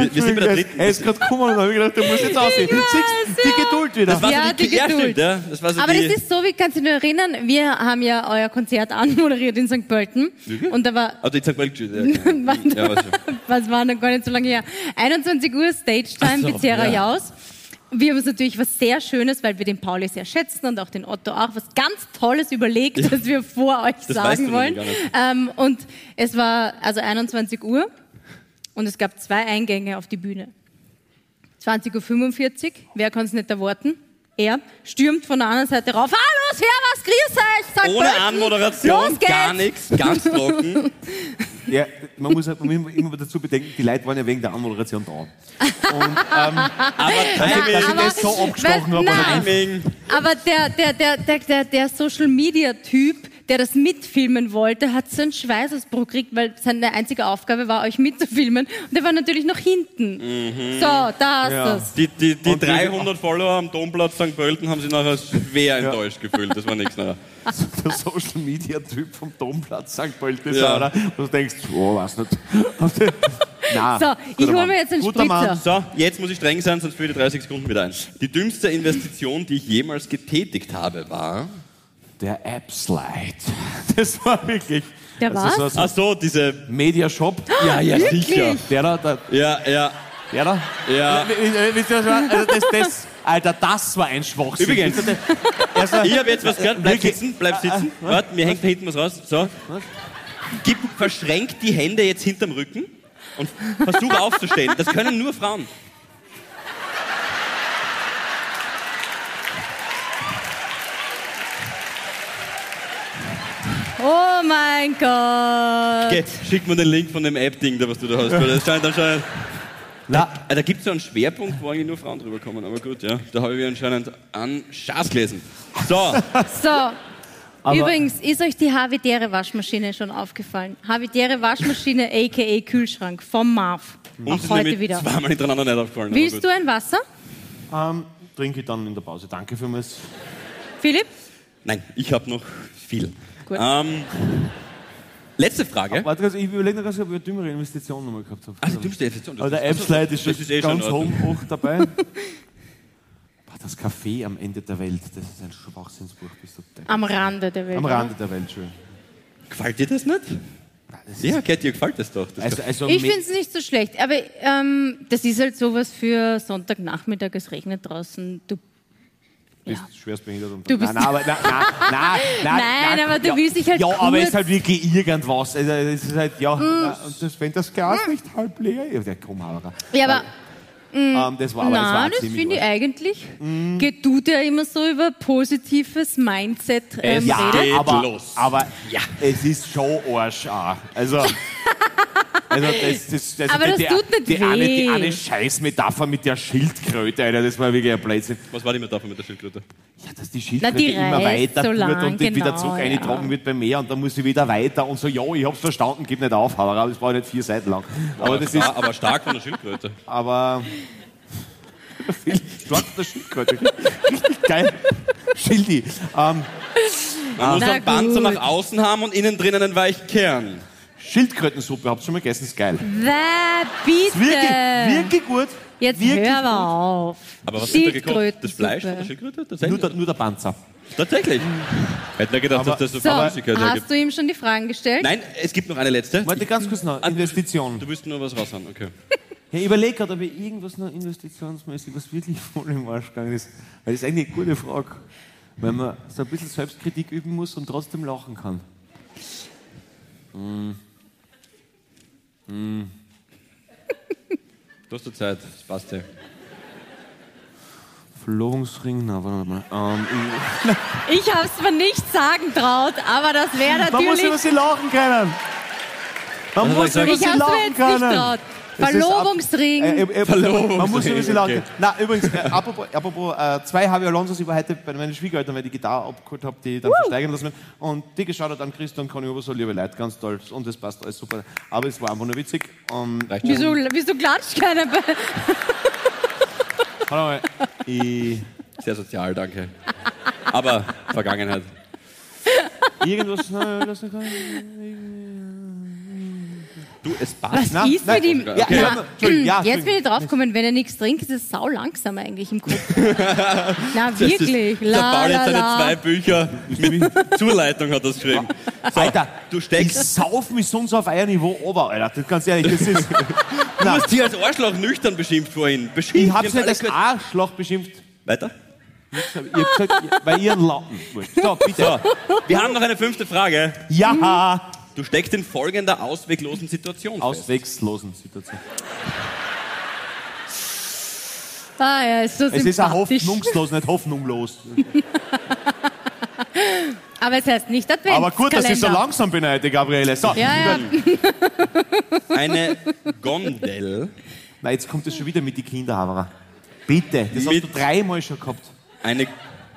F: Wir, wir sind bei der dritten.
E: Er ist gerade gekommen und habe gedacht, der muss jetzt aussehen. Siehst du, die Geduld wieder.
F: Das war
D: Ja,
F: so die,
D: die
F: ja,
D: Geduld.
F: stimmt, ja. Das war so
D: Aber
F: Also die,
D: das ist so, wie kannst du dich nur erinnern, wir haben ja euer Konzert anmoderiert in St. Pölten. Und da war,
F: Also ich sag mal, ja, ja, also.
D: was
F: weiß schon.
D: war noch gar nicht so lange her? 21 Uhr Stage Time
F: Ach so,
D: Pizzeria
F: ja.
D: Jaus. Wir haben uns natürlich was sehr Schönes, weil wir den Pauli sehr schätzen und auch den Otto auch, was ganz Tolles überlegt, das wir vor euch
F: Das weißt
D: sagen
F: du
D: wollen.
F: gar nicht.
D: Ähm, und es war also 21 Uhr und es gab zwei Eingänge auf die Bühne. 20.45 Uhr, wer kann es nicht erwarten? Er stürmt von der anderen Seite rauf. Ah, Hallo, servus, grüß euch! sagt
F: Ohne
D: Pölten.
F: Anmoderation,
D: Los geht's.
F: gar nichts, ganz trocken.
E: Ja, man muss, halt, man muss immer dazu bedenken, die Leute waren ja wegen der Anmoderation da.
F: Aber
E: Dass ich
F: Timing,
E: das so abgestochen
D: weil- nein.
E: habe. oder-
F: Timing.
D: Aber der, der, der, der, der, der Social Media Typ, der das mitfilmen wollte, hat so einen Schweißausbruch gekriegt, weil seine einzige Aufgabe war, euch mitzufilmen. Und der war natürlich noch hinten. So, da hast
E: Mhm. Ja.
D: du's.
F: Die, die, die
E: Und die-
F: 300 Follower am Domplatz St. Pölten haben sich nachher schwer enttäuscht gefühlt. Das war nichts nachher.
E: Der Social Media Typ vom Domplatz St. Pölten,
F: Ja.
E: oder? Und du denkst, oh, weiß nicht. Nein,
D: So, ich hol
E: guter
D: mir
E: Mann.
D: jetzt einen
E: Guter Mann.
D: Spritzer.
F: So, jetzt muss ich streng sein, sonst führe ich die 30 Sekunden wieder ein. Die dümmste Investition, die ich jemals getätigt habe, war.
E: Der App-Slide. Das war wirklich.
D: Der
E: das ist
D: was?
E: so
F: Ach
E: ein
F: so, diese.
E: Media-Shop.
F: Ah Ja, ja,
D: Wirklich?
F: sicher.
E: Der da, der,
F: Ja, ja.
E: Ja, da? Äh,
F: Ja.
E: W- w- Wisst ihr, was war? Also das, das, Alter, das war ein Schwachsinn.
F: Übrigens.
E: Wisst ihr, der- also,
F: Ich habe jetzt was gehört. Bleib
E: Wirklich?
F: sitzen, bleib sitzen. Warte, mir hängt da hinten Ah, was raus. So. Gib, verschränk die Hände jetzt hinterm Rücken und versuch aufzustehen. Das können nur Frauen.
D: Oh mein Gott.
F: Okay, schick mir den Link von dem App-Ding, da was du da hast. weil Das scheint anscheinend.
E: Na,
F: Ah, Da gibt es so einen Schwerpunkt, wo eigentlich nur Frauen drüber kommen, aber gut, ja. Da habe ich anscheinend an Schaß gelesen. So,
D: So.
E: aber
D: Übrigens, ist euch die Havidere Waschmaschine schon aufgefallen? Havidere Waschmaschine, aka Kühlschrank, vom Marv.
F: uns
D: Auch
F: ist
D: heute
F: nämlich
D: wieder.
F: zweimal hintereinander nicht aufgefallen. aber
D: Willst
F: gut.
D: du ein Wasser?
E: Ähm, trinke ich dann in der Pause. Danke für mein...
D: Philipp?
F: Nein, ich habe noch viel.
D: Gut.
F: Ähm, letzte Frage.
E: Warte ganz, ich überlege noch ganz, kurz, ob ich eine dümmere Investition nochmal gehabt habe.
F: Also, dümmste Investition. das
E: Aber der
F: ist-
E: App-Slide ist,
F: das
E: schon
F: ist eh schon
E: ganz
F: in Ordnung.
E: hoch, hoch dabei. Boah, das Café am Ende der Welt, das ist ein Schwachsinnsbuch. Bist du deppert.
D: Am Rande der Welt.
E: Am Rande der Welt, schön.
F: Gefällt dir das nicht? Ja, Gerd, dir gefällt das doch. Das
E: Also, also
D: Ich
E: me-
D: finde es nicht so schlecht, aber ähm, das ist halt sowas für Sonntagnachmittag, es regnet draußen. Du,
E: bist schwerstbehindert und
D: Du bist-
E: nein, nein, aber, nein, nein, nein,
D: Nein, aber du willst dich halt
E: Ja, aber
D: kurz- Mm.
E: es ist halt wirklich irgendwas. Also, es ist halt, ja, na, und das, wenn das Glas nicht halb leer ist. Ja, komm, Haberer.
D: ja, aber
E: Ähm, das war aber das war
D: Mm. nein,
E: auch
D: das,
E: ziemlich Mhm.
D: finde ich
E: arg.
D: eigentlich. Geht du der immer so über positives Mindset ähm,
F: Es-
D: redet?
E: ja,
F: Geht
E: aber,
F: los.
E: aber ja. es ist schon Arsch auch. Also, Also das, das, das,
D: Aber das
E: die,
D: tut nicht
E: die, eine,
D: weh.
E: die eine Scheißmetapher mit der Schildkröte, Alter, das war wirklich ein Blödsinn.
F: Was war die Metapher mit der Schildkröte?
E: Ja, dass die Schildkröte
D: Na, die
E: immer
D: reist
E: weiter
D: so
E: so
D: lang,
E: und die wieder
D: genau,
E: zurück
D: ja.
E: eingetragen wird beim Meer und dann muss sie wieder weiter und so, ja, ich hab's verstanden, gib nicht auf, aber das war nicht vier Seiten lang. Aber das ist,
F: ah, aber stark von der Schildkröte.
E: aber... Stark der Schildkröte. Richtig geil. Schildi. Ähm,
F: Man muss
D: Ah. Na
F: einen Panzer
D: gut.
F: nach außen haben und innen drin einen weichen Kern.
E: Schildkrötensuppe, habt ihr schon mal gegessen, ist geil.
D: Wer bitte?
E: Wirklich, wirklich gut.
D: Äh. Jetzt
E: wirklich
D: hör mal auf.
F: Aber was ist da gekocht? Das
D: Schildkrötensuppe.
F: Fleisch von der Schildkröte?
E: Nur
F: Tatsächlich?
E: der, nur der Panzer.
F: Tatsächlich. Hätte nicht gedacht,
E: Aber-
F: dass das so
D: So,
F: viel Flüssigkeit
D: hast
F: hergibt.
D: du ihm schon die Fragen gestellt?
F: Nein, es gibt noch eine letzte.
E: Warte ganz kurz noch. Investition.
F: Du willst nur was raushauen, okay.
E: Ja, ich überlege gerade, ob ich irgendwas noch investitionsmäßig, was wirklich voll im Arsch gegangen ist. Weil das ist eigentlich eine gute Frage. Wenn man so ein bisschen Selbstkritik üben muss und trotzdem lachen kann.
F: Du hast ja Zeit, das passt ja.
E: Verlobungsring, na, warte mal. Ähm,
D: Ich hab's mir nicht sagen traut, aber das wäre
E: man muss über
D: natürlich.
E: sie lachen können. Man muss über
D: Ich
E: sie
D: hab's mir
E: lachen
D: jetzt nicht
E: können.
D: traut.
E: Das ist ab-
D: Verlobungsring.
E: Äh, äh, äh, Man muss
F: Verlobungsring,
E: über sie lachen.
F: okay.
E: Na, übrigens, äh, apropos, apropos äh, zwei Javi Alonsos über heute bei meinen Schwiegereltern, weil ich die Gitarre abgeholt habe, die ich dann versteigern lassen. will. Und die geschaut hat an Christa und Conny Oberso, liebe Leute, ganz toll. Und es passt alles super. Aber es war einfach nur witzig. Und
F: Reicht schon.
D: Wieso, wieso klatscht keiner bei?
E: Warte mal. Ich,
F: Sehr sozial, danke. Aber Vergangenheit.
E: irgendwas. Nein, lass mich rein.
F: Du, es passt.
E: Na,
D: ist
E: na,
D: mit ihm?
E: Ja, ja,
F: Okay.
E: na, Entschuldigung, ja,
D: Hm, Jetzt bin
E: Entschuldigung.
D: ich draufgekommen, wenn er nichts trinkt, ist es sau langsam eigentlich im Kopf. Na wirklich.
F: Das ist, der
D: La,
F: Paul
D: la,
F: hat seine
D: la.
F: zwei Bücher mit Zuleitung hat das geschrieben. So,
E: Alter,
F: du
E: ich
F: steckst
E: sauf mich sonst auf euer Niveau runter, Alter. Das, ganz ehrlich, das ist. Na,
F: Du hast dich als Arschloch nüchtern beschimpft vorhin. Beschimpft.
E: ich hab's
F: Wir
E: nicht
F: haben
E: als
F: alles
E: Arschloch beschimpft,
F: gehört. Weiter.
E: ich hab gesagt, ihr- weil ihr einen Lappen wollt. So, bitte. Mhm.
F: Wir haben noch eine fünfte Frage.
E: Ja,
F: Du steckst in folgender ausweglosen Situation fest.
E: auswegslosen Situation.
D: Ah, ja, ist so
E: Es ist auch
D: sympathisch.
E: hoffnungslos, nicht hoffnunglos.
D: Aber es heißt nicht Adventskalender.
E: Aber gut, dass ich so langsam bin heute, Gabriele. So,
D: Ja, ja.
F: Eine Gondel,
E: Na, jetzt kommt es schon wieder mit den Kinderhaberer. Bitte, das hast
F: Mit-
E: du dreimal schon gehabt.
F: eine,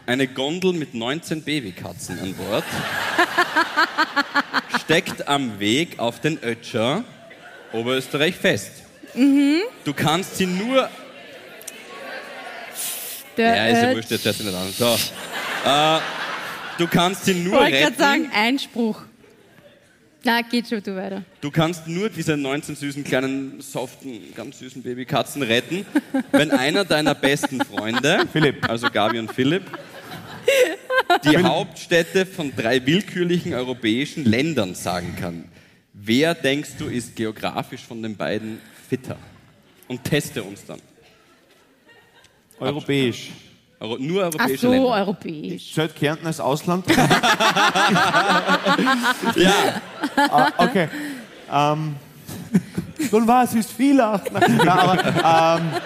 F: eine Gondel mit 19 Babykatzen an Bord, steckt am Weg auf den Ötscher Oberösterreich fest.
D: Mhm.
F: Du kannst sie nur...
D: Der,
F: Ja, ist ja
D: äh,
F: wurscht, jetzt hört sie nicht an. So. Äh, du kannst sie
D: Ich
F: nur
D: wollte gerade
F: retten.
D: sagen, Einspruch. Na, geht schon, du weiter.
F: Du kannst nur diese 19 süßen kleinen, soften, ganz süßen Babykatzen retten, wenn einer deiner besten Freunde,
E: Philipp.
F: also Gabi und Philipp, die Hauptstädte von drei willkürlichen europäischen Ländern sagen kann. Wer denkst du ist geografisch von den beiden fitter? Und teste uns dann.
E: Europäisch.
F: Euro nur
D: Ach
F: europäische
D: so,
F: Länder.
D: europäisch.
E: Zählt Kärnten als Ausland?
F: Ja,
E: Ah, okay. Ähm, nun was ist Villach? Nein, nein, aber, ähm,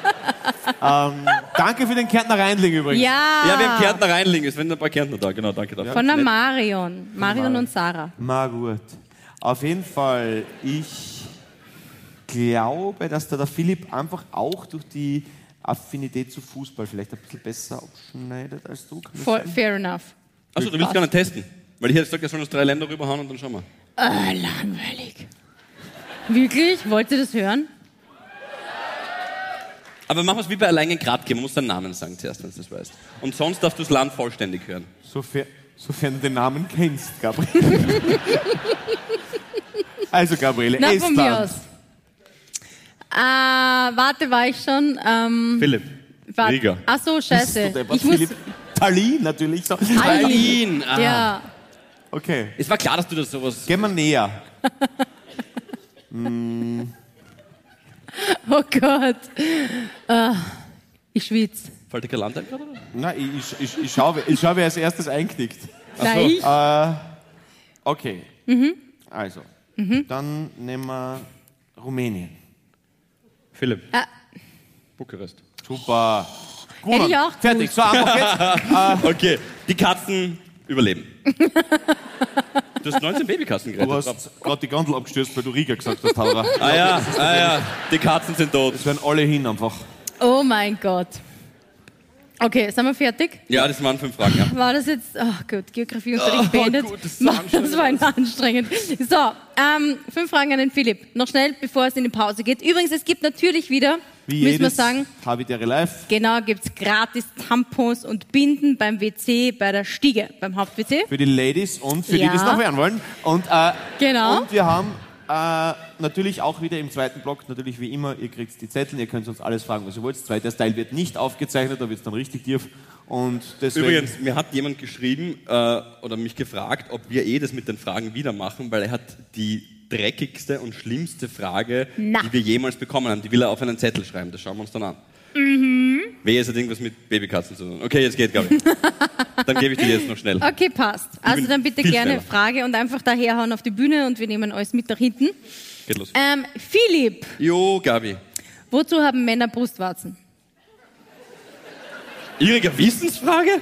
E: ähm, danke für den Kärntner Reinling übrigens.
D: Ja,
F: ja, wir haben Kärntner Reinling, es sind ein paar Kärntner da, genau, danke dafür.
D: ah. von der Marion. Marion und Sarah.
E: Na gut. Auf jeden Fall, ich glaube, dass da der Philipp einfach auch durch die Affinität zu Fußball vielleicht ein bisschen besser abschneidet als du. Kann das
D: Voll,
E: sein?
D: fair enough.
F: Achso, du willst gerne testen. Weil ich hätte gesagt, er soll uns drei Länder rüberhauen und dann schauen wir.
D: Äh, langweilig. Wirklich? Wollt ihr das hören?
F: Aber machen wir es wie bei Allein in Gradke. Man muss deinen Namen sagen zuerst, wenn du das weißt. Und sonst darfst du das Land vollständig hören.
E: Sofer, sofern du den Namen kennst, Gabriele. also, Gabriele,
D: Na, von mir
E: Estland.
D: aus. Äh, warte, war ich schon? Ähm,
F: Philipp.
D: warte.
F: Riga.
D: Ach so,
E: So,
D: scheiße.
E: der
D: Ich muss...
E: Philipp. Tallinn natürlich. So.
F: Berlin. Ah.
D: Ja,
E: Okay.
F: Es war klar, dass du das sowas...
E: Gehen wir näher.
D: oh Gott. Äh, ich schwitze.
F: Fällt dir kein Land ein gerade? oder?
E: Nein, ich, ich, ich, ich schaue, ich schaue, wer als erstes einknickt.
D: Na, ich?
E: Okay. Also, dann nehmen wir Rumänien.
F: Philipp.
D: Ah.
F: Bukarest.
E: Super.
D: Hätte ich auch
E: Fertig.
F: Ah,
E: So, einfach jetzt.
F: Okay, die Katzen überleben. Du hast 19 Babykatzen
E: Du
F: gerettet.
E: hast gerade die Gondel abgestürzt, weil du Riga gesagt hast, Laura.
F: Ah ja, ah ja, die Katzen sind tot.
E: Es werden alle hin einfach.
D: Oh mein Gott. Okay, sind wir fertig?
F: Ja, das waren fünf Fragen. Ja.
D: War das jetzt. Ach gut, Geografieunterricht
F: Oh
D: beendet.
F: Gott, das ist so
D: Mann, das war ein anstrengend. So, ähm, fünf Fragen an den Philipp. Noch schnell, bevor es in die Pause geht. Übrigens, es gibt natürlich wieder,
E: Wie
D: müssen wir
E: jedes
D: sagen,
E: Habitäre Live
D: genau, gibt es gratis Tampons und Binden beim WC, bei der Stiege, beim Haupt-WC.
E: für die Ladies und für
D: Ja.
E: die, die es noch werden wollen. Und, äh,
D: Genau.
E: und wir haben äh, natürlich auch wieder im zweiten Block, natürlich wie immer, ihr kriegt die Zettel, ihr könnt uns alles fragen, was ihr wollt. Der zweite Teil wird nicht aufgezeichnet, da wird es dann richtig tief. Und deswegen,
F: Übrigens, mir hat jemand geschrieben äh, oder mich gefragt, ob wir eh das mit den Fragen wieder machen, weil er hat die dreckigste und schlimmste Frage,
D: Na.
F: die wir jemals bekommen haben. Die will er auf einen Zettel schreiben. Das schauen wir uns dann an. Mhm. Wehe, es hat irgendwas mit Babykatzen zu tun. Okay, jetzt geht, Gabi. dann gebe ich dir jetzt noch schnell.
D: Okay, passt. Also
F: bin
D: dann bitte
F: viel
D: gerne
F: schneller.
D: Frage und einfach daherhauen auf die Bühne und wir nehmen alles mit nach hinten.
F: Geht los.
D: Ähm, Philipp,
F: Jo, Gabi.
D: wozu haben Männer Brustwarzen?
F: Äh, Ihre Gewissensfrage?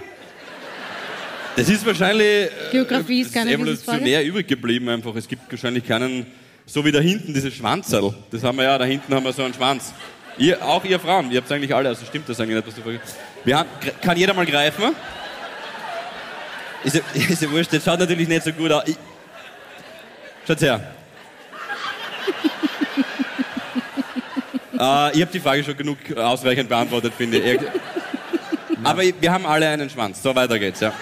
F: Das ist wahrscheinlich. äh,
D: Geografie ist
F: das
D: keine
F: evolutionär übrig geblieben einfach. Es gibt wahrscheinlich keinen. So wie da hinten, dieses Schwanzerl. Das haben wir ja, da hinten haben wir so einen Schwanz. Ihr, auch ihr Frauen, ihr habt eigentlich alle, also stimmt das eigentlich nicht, was du fragst. Wir haben, kann jeder mal greifen? Ist ja, ist ja wurscht, das schaut natürlich nicht so gut aus. Ich, schaut her. äh, ich habe die Frage schon genug ausreichend beantwortet, finde ich. Aber wir haben alle einen Schwanz. So, weiter geht's, ja.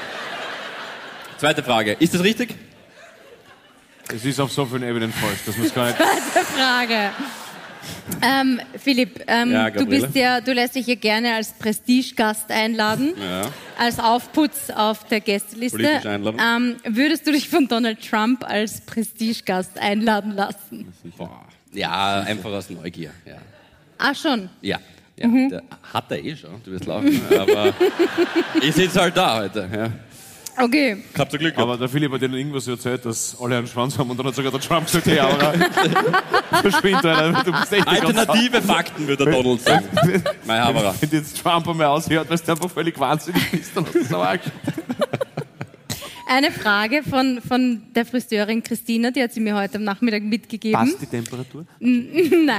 F: Zweite Frage. Ist das richtig?
E: es ist auf so vielen Ebenen falsch, dass man es gar nicht.
D: Frage. Ähm, Philipp, ähm,
F: Ja,
D: du
F: Gabriele?
D: bist ja, du lässt dich ja gerne als Prestigegast einladen,
F: Ja.
D: als Aufputz auf der Gästeliste.
F: Politisch einladen.
D: Ähm, würdest du dich von Donald Trump als Prestigegast einladen lassen?
F: Boah. Ja, einfach aus Neugier. Ja.
D: Ah schon.
F: ja. ja
D: Mhm.
F: der hat er eh schon, du wirst laufen. Aber ich sitze halt da heute. Ja.
D: Okay.
F: Ich hab so Glück gehabt.
E: Aber der Philipp hat denen irgendwas erzählt, dass alle einen Schwanz haben und dann hat sogar der Trump gesagt, hey, aber verschwind, Alter, du bist echt der ganze-
F: Alternative Fakten würde der Donald sagen. Mein Haberer.
E: Wenn jetzt Trump einmal aushört, weil du einfach völlig wahnsinnig bist, dann hast du es auch angeschaut.
D: Eine Frage von, von der Friseurin Christina, die hat sie mir heute am Nachmittag mitgegeben.
E: Passt die Temperatur?
D: Nein.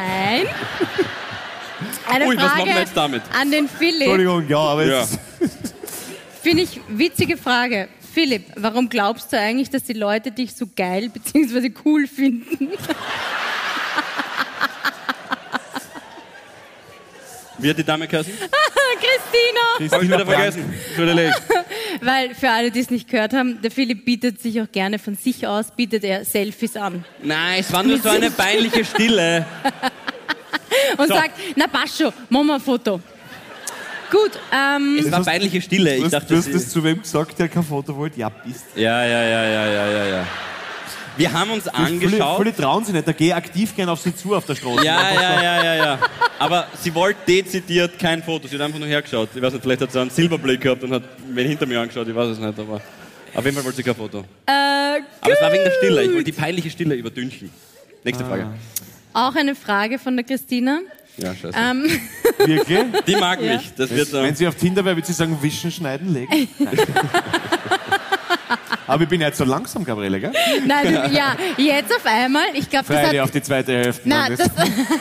D: Eine
F: Ui, was machen wir
D: Frage
F: jetzt damit?
D: an den Philipp.
E: Entschuldigung, ja, aber
F: Ja.
E: jetzt
D: Finde ich witzige Frage. Philipp, warum glaubst du eigentlich, dass die Leute dich so geil bzw. cool finden?
F: Wie hat die Dame geheißen?
D: Christina!
F: Habe ich wieder vergessen. Entschuldigung.
D: Weil für alle, die es nicht gehört haben, der Philipp bietet sich auch gerne von sich aus, bietet er Selfies an.
F: Nein, es war nur so eine peinliche Stille.
D: Und
F: So.
D: sagt, na passt schon, machen wir ein Foto. Gut, ähm,
F: Es war peinliche Stille. Ich
E: du
F: dachte,
E: hast
F: sie-
E: das zu wem gesagt, der kein Foto wollte? Ja, bist
F: Ja, ja, ja, ja, ja, ja, ja. Wir haben uns
E: Viele,
F: angeschaut.
E: viele trauen sich nicht, da geh aktiv gern auf sie zu auf der Straße.
F: Ja, ja, ja, ja, ja. Aber sie wollte dezidiert kein Foto. Sie hat einfach nur hergeschaut. Ich weiß nicht, vielleicht hat sie einen Silberblick gehabt und hat wen hinter mir angeschaut. Ich weiß es nicht, aber auf jeden Fall wollte sie kein Foto.
D: äh,
F: Aber es war wegen der Stille. Ich wollte die peinliche Stille überdünchen. Nächste Frage.
D: auch eine Frage von der Christina.
F: Ja, scheiße.
D: Ähm,
E: Wirklich?
F: die mag mich. Das wird so.
E: Wenn sie auf Tinder wäre, würde sie sagen, wischen, schneiden, legen. Nein. aber ich bin jetzt so langsam, Gabriele, gell?
D: nein, das- ja, jetzt auf einmal, ich glaube, das
E: Freie
D: hat
E: auf die zweite Hälfte.
D: Na,
E: Nein,
D: das,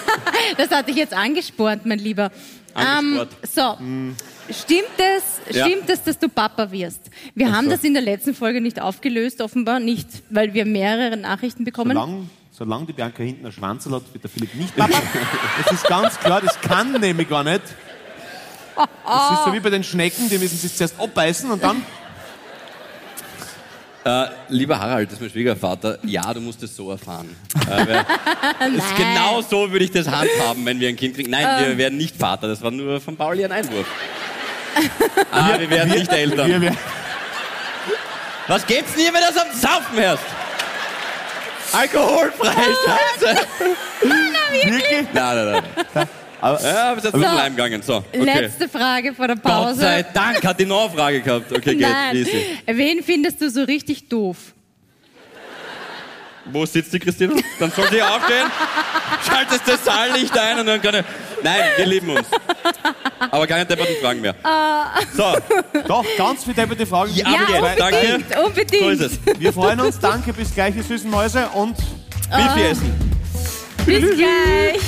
D: das hatte ich jetzt angespornt, mein Lieber. Ähm,
F: Angespornt. Hm.
D: so, stimmt es,
F: Ja.
D: stimmt es, dass du Papa wirst? Wir haben das in der letzten Folge nicht aufgelöst, offenbar nicht, weil wir mehrere Nachrichten bekommen.
E: Solange, solange die Bianca hinten einen Schwanz hat, wird der Philipp nicht Papa. das ist ganz klar, das kann nämlich gar nicht. Das ist so wie bei den Schnecken, die müssen sich zuerst abbeißen und dann.
F: Äh, lieber Harald, das ist mein Schwiegervater. Ja, du musst es so erfahren. Äh, weil- das ist genau so würde ich das handhaben, wenn wir ein Kind kriegen.
D: Ähm.
F: Nein, wir werden nicht Vater. Das war nur von Pauli ein Einwurf. Ah, wir, werden nicht Eltern.
E: Wir, wir,
F: Was gibt's denn hier, wenn du am Saufen hörst? Alkoholfrei, Scheiße.
E: wirklich?
F: Nein, nein, nein.
E: Aber,
F: Ja, aber es hat so viel eingegangen. So, okay.
D: Letzte Frage vor der
F: Gott sei
D: Pause.
F: Dank hat die noch eine Frage gehabt. Okay, geht,
D: Nein.
F: easy.
D: Wen findest du so richtig doof?
F: Wo sitzt die Christina? Dann soll sie aufstehen, schaltest das Saallicht ein und dann kann er. Nein, wir lieben uns. Aber keine depperten Fragen mehr. So,
E: Doch, ganz viele depperte Fragen.
F: Ja, aber jetzt. Danke.
D: Unbedingt, unbedingt.
F: so ist es.
E: Wir freuen uns. Danke, bis gleich, ihr süßen Mäuse. Und
F: Wie viel essen?
D: Bis gleich.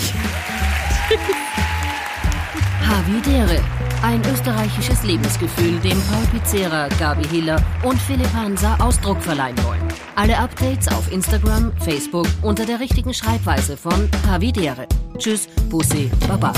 C: Havidere. Ein österreichisches Lebensgefühl, dem Paul Pizzera, Gabi Hiller und Philipp Hansa Ausdruck verleihen wollen. Alle Updates auf Instagram, Facebook unter der richtigen Schreibweise von Havidere. Tschüss, Pussy, Baba.